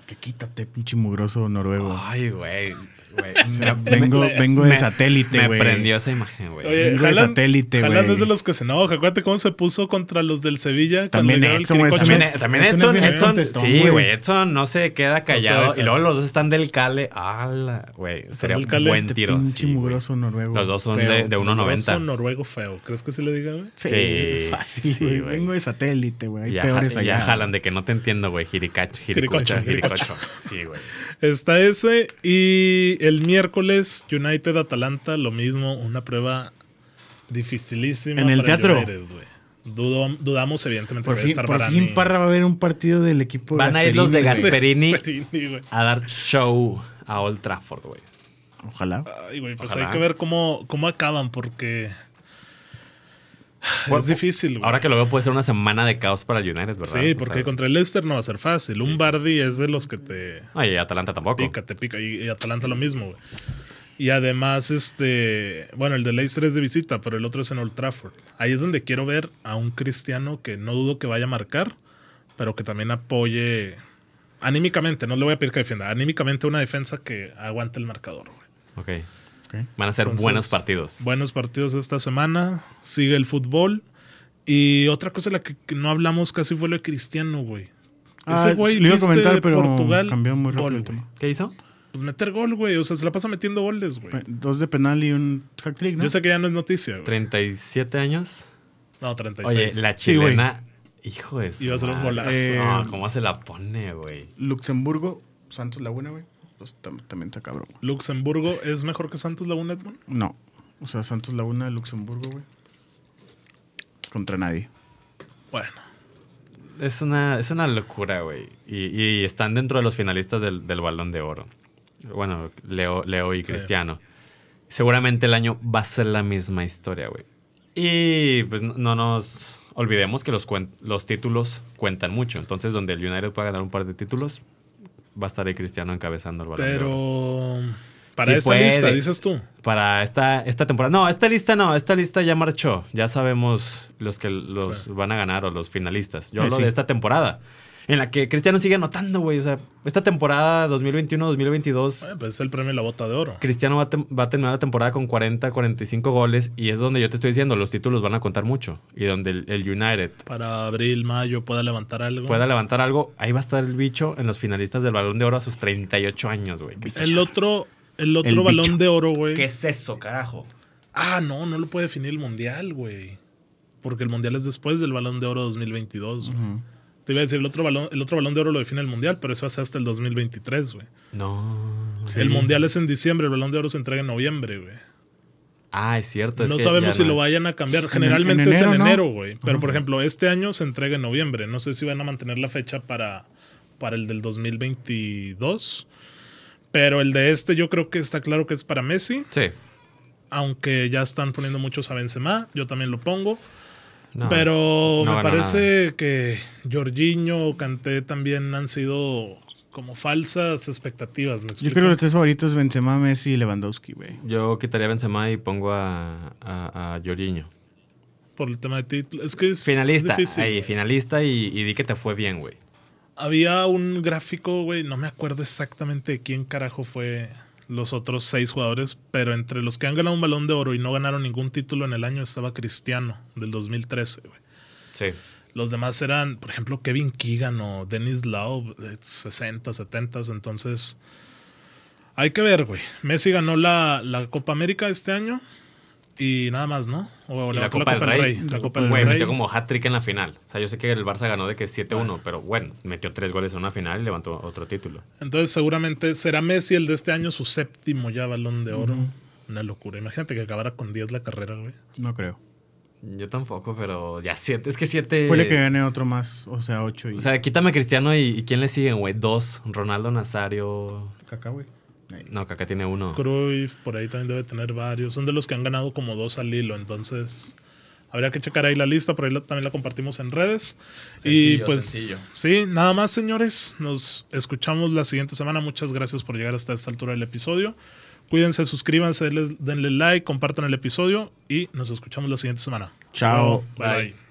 S3: Que quítate, pinche mugroso noruego.
S2: Ay, güey. güey.
S3: O sea,
S2: Me-
S3: vengo,
S1: me-
S3: vengo de
S2: me-
S3: satélite,
S2: Me
S3: güey.
S2: prendió esa imagen, güey.
S1: Oye,
S3: Vengo de
S1: Haaland-
S3: satélite,
S1: Haaland
S3: güey.
S1: es de los que se enoja. Acuérdate cómo se puso contra los del Sevilla. cuando
S3: También
S1: llegó el
S3: Edson, güey,
S1: Quiricocho.
S2: También, e,
S3: Edson-
S2: también
S3: Edson es
S2: Edson,
S3: bien
S2: Edson-
S3: contestón,
S2: sí,
S3: güey.
S2: güey, Edson no se queda callado.
S1: deja.
S2: y luego los dos están del Cale. ¡Hala! Güey, sería
S1: del
S2: un
S1: Cale,
S2: buen
S3: Este
S2: tiro.
S3: pinche
S2: sí, güey.
S3: mugroso noruego.
S2: los dos son
S1: Feo.
S2: de, de
S1: Grosso
S2: 1.90.
S1: noruego feo. ¿Crees que se le diga, güey?
S3: Sí,
S2: Sí,
S3: fácil,
S2: sí,
S3: güey.
S2: güey.
S3: vengo de satélite, güey. Hay
S2: Ya,
S3: peores allá.
S2: ya jalan de que no te entiendo, güey. Jiricacho,
S1: Jiricocho,
S2: jiricocho,
S1: jiricocho.
S2: jiricocho. Sí, güey.
S1: Está ese. Y el miércoles, United Atalanta, lo mismo, una prueba dificilísima.
S3: ¿En el
S1: para
S3: teatro?
S1: United, güey. Dudo- dudamos, evidentemente,
S3: Por
S1: que va a
S3: fin,
S1: estar
S3: por
S1: Varane.
S3: fin Parra va a ver un partido del equipo
S2: Van a ir los de
S3: Gasperini, güey.
S2: Gasper- Gasperini.
S1: Gasperini, güey.
S2: A dar show a Old Trafford, güey.
S3: Ojalá.
S1: Ay, güey, pues
S2: Ojalá.
S1: hay que ver cómo, cómo acaban, porque.
S2: Bueno,
S1: es difícil, güey.
S2: Ahora que lo veo, puede ser una semana de caos para el United, ¿verdad?
S1: Sí,
S2: O
S1: porque
S2: sea,
S1: contra el Leicester no va a ser fácil. Un Bardi es de los que te
S2: Ay, y Atalanta tampoco.
S1: pica, te pica. Y, y Atalanta lo mismo, güey. Y además, este. Bueno, el de Leicester es de visita, pero el otro es en Old Trafford. Ahí es donde quiero ver a un cristiano que no dudo que vaya a marcar, pero que también apoye. Anímicamente, no le voy a pedir que defienda. Anímicamente, una defensa que aguante el marcador, güey.
S2: Ok.
S3: Ok.
S2: Van a ser
S1: Entonces,
S2: buenos partidos.
S1: Buenos partidos esta semana. Sigue el fútbol. Y otra cosa de la que que no hablamos casi fue lo de Cristiano, güey.
S3: Ah,
S1: Ese güey
S3: lo iba a
S1: viste
S3: comentar,
S1: de
S3: pero
S1: Portugal,
S3: cambió muy rápido
S1: gol,
S3: el
S1: güey.
S3: tema.
S2: ¿Qué hizo?
S1: Pues meter gol, güey. O sea, se la pasa metiendo goles, güey.
S3: Pe- Dos de penal y un hack trick, ¿no?
S1: Yo sé que ya no es noticia, güey.
S2: 37 años.
S1: No, 36.
S2: Oye, la
S3: Sí, güey.
S2: chilena. hijo de su
S1: Iba a ser un
S2: madre.
S1: golazo.
S2: Ah,
S3: Eh,
S2: ¿Cómo se la pone, güey?
S3: Luxemburgo, Santos Laguna, güey. Pues tam- también está cabrón. güey.
S1: Luxemburgo es mejor que Santos Laguna, Edmond.
S3: No. O sea, Santos Laguna, Luxemburgo, güey. Contra nadie.
S1: Bueno,
S2: Es una, es una locura, güey. Y, y están dentro de los finalistas del, del Balón de Oro. Bueno, Leo, Leo y
S1: Sí.
S2: Cristiano. Seguramente el año va a ser la misma historia, güey. Y pues no, no nos olvidemos que los, cuen- los títulos cuentan mucho. Entonces, donde el United pueda ganar un par de títulos, va a estar ahí Cristiano encabezando el Balón de Oro.
S1: pero. Para
S2: Sí
S1: esta
S2: puede.
S1: lista, dices tú.
S2: Para esta, esta temporada. No, esta lista no. Esta lista ya marchó. Ya sabemos los que los
S1: Sí.
S2: van a ganar o los finalistas. Yo
S3: Sí,
S2: hablo
S3: sí.
S2: de esta temporada. En la que Cristiano sigue anotando, güey. O sea, esta temporada 2021-2022,
S1: Bueno, pues es el premio La Bota de Oro.
S2: Cristiano va a, tem- va a terminar la temporada con 40, 45 goles. Y es donde yo te estoy diciendo, los títulos van a contar mucho. Y donde el, el United
S1: Para abril, mayo, pueda levantar algo.
S2: pueda levantar algo, ahí va a estar el bicho en los finalistas del Balón de Oro a sus 38 años, güey. ¿Qué, es-
S1: el otro, el otro
S3: El
S1: balón
S3: bicho.
S1: de oro, güey.
S2: qué es eso, carajo?
S1: Ah, no, no lo puede definir el Mundial, güey. Porque el Mundial es después del Balón de Oro 2022. güey. Te iba a decir, el otro, balón, el otro Balón de Oro lo define el Mundial, pero eso hace hasta el 2023, güey.
S2: No.
S1: El Mundial es en diciembre, el Balón de Oro se entrega en noviembre, güey.
S2: Ah, es cierto. es
S1: no
S2: que ya
S1: sabemos si
S2: no
S1: lo
S2: es-
S1: vayan a cambiar.
S3: en
S1: Generalmente es en
S3: enero, ¿no?
S1: enero, güey. Pero, por ejemplo, este año se entrega en noviembre. No sé si van a mantener la fecha para, para el del 2022. Pero el de este yo creo que está claro que es para Messi.
S2: Sí.
S1: Aunque ya están poniendo muchos a Benzema. Yo también lo pongo.
S2: No.
S1: Pero
S2: no
S1: me
S2: ganó
S1: parece que Jorginho o Kanté también han sido como falsas expectativas. ¿me
S3: Yo
S1: explico?
S3: creo que los tres favoritos Benzema, Messi y Lewandowski, güey.
S2: Yo quitaría a Benzema y pongo a, a, a Jorginho.
S1: Por el tema de título. Es que es
S2: Finalista.
S1: es difícil,
S2: ahí,
S1: güey.
S2: finalista y, y di que te fue bien, güey.
S1: Había un gráfico, güey, no me acuerdo exactamente de quién carajo fue los otros seis jugadores, pero entre los que han ganado un balón de oro y no ganaron ningún título en el año estaba Cristiano del 2013, güey.
S2: Sí.
S1: Los demás eran, por ejemplo, Kevin Keegan o Dennis Lau, de 60, 70, entonces hay que ver, güey. Messi ganó la, la Copa América este año y nada más, ¿no? O
S2: Y la
S1: levantó
S2: Copa del Rey.
S1: La Copa del
S2: Güey,
S1: Rey.
S2: metió como hat-trick en la final. O sea, yo sé que el Barça ganó de que 7-1, pero bueno, metió tres goles en una final y levantó otro título.
S1: Entonces seguramente será Messi el de este año su séptimo ya balón de oro. Una locura. Imagínate que acabara con 10 la carrera, güey.
S3: No creo.
S2: Yo tampoco, pero ya siete. Es que siete.
S3: Puede que gane otro más, o sea, ocho y...
S2: O sea, quítame a Cristiano y, y ¿quién le siguen, güey? Dos. Ronaldo Nazario.
S3: Kaká, güey.
S2: No, Kaká tiene uno.
S1: Cruyff por ahí también debe tener varios. Son de los que han ganado como dos al hilo. Entonces Habría que checar ahí la lista, por ahí la- también la compartimos en redes. y
S2: Sencillo,
S1: pues
S2: sencillo.
S1: sí, nada más señores, nos escuchamos la siguiente semana. Muchas gracias por llegar hasta esta altura del episodio. Cuídense, suscríbanse, les- denle like, compartan el episodio y nos escuchamos la siguiente semana.
S3: Chao.
S1: Bye.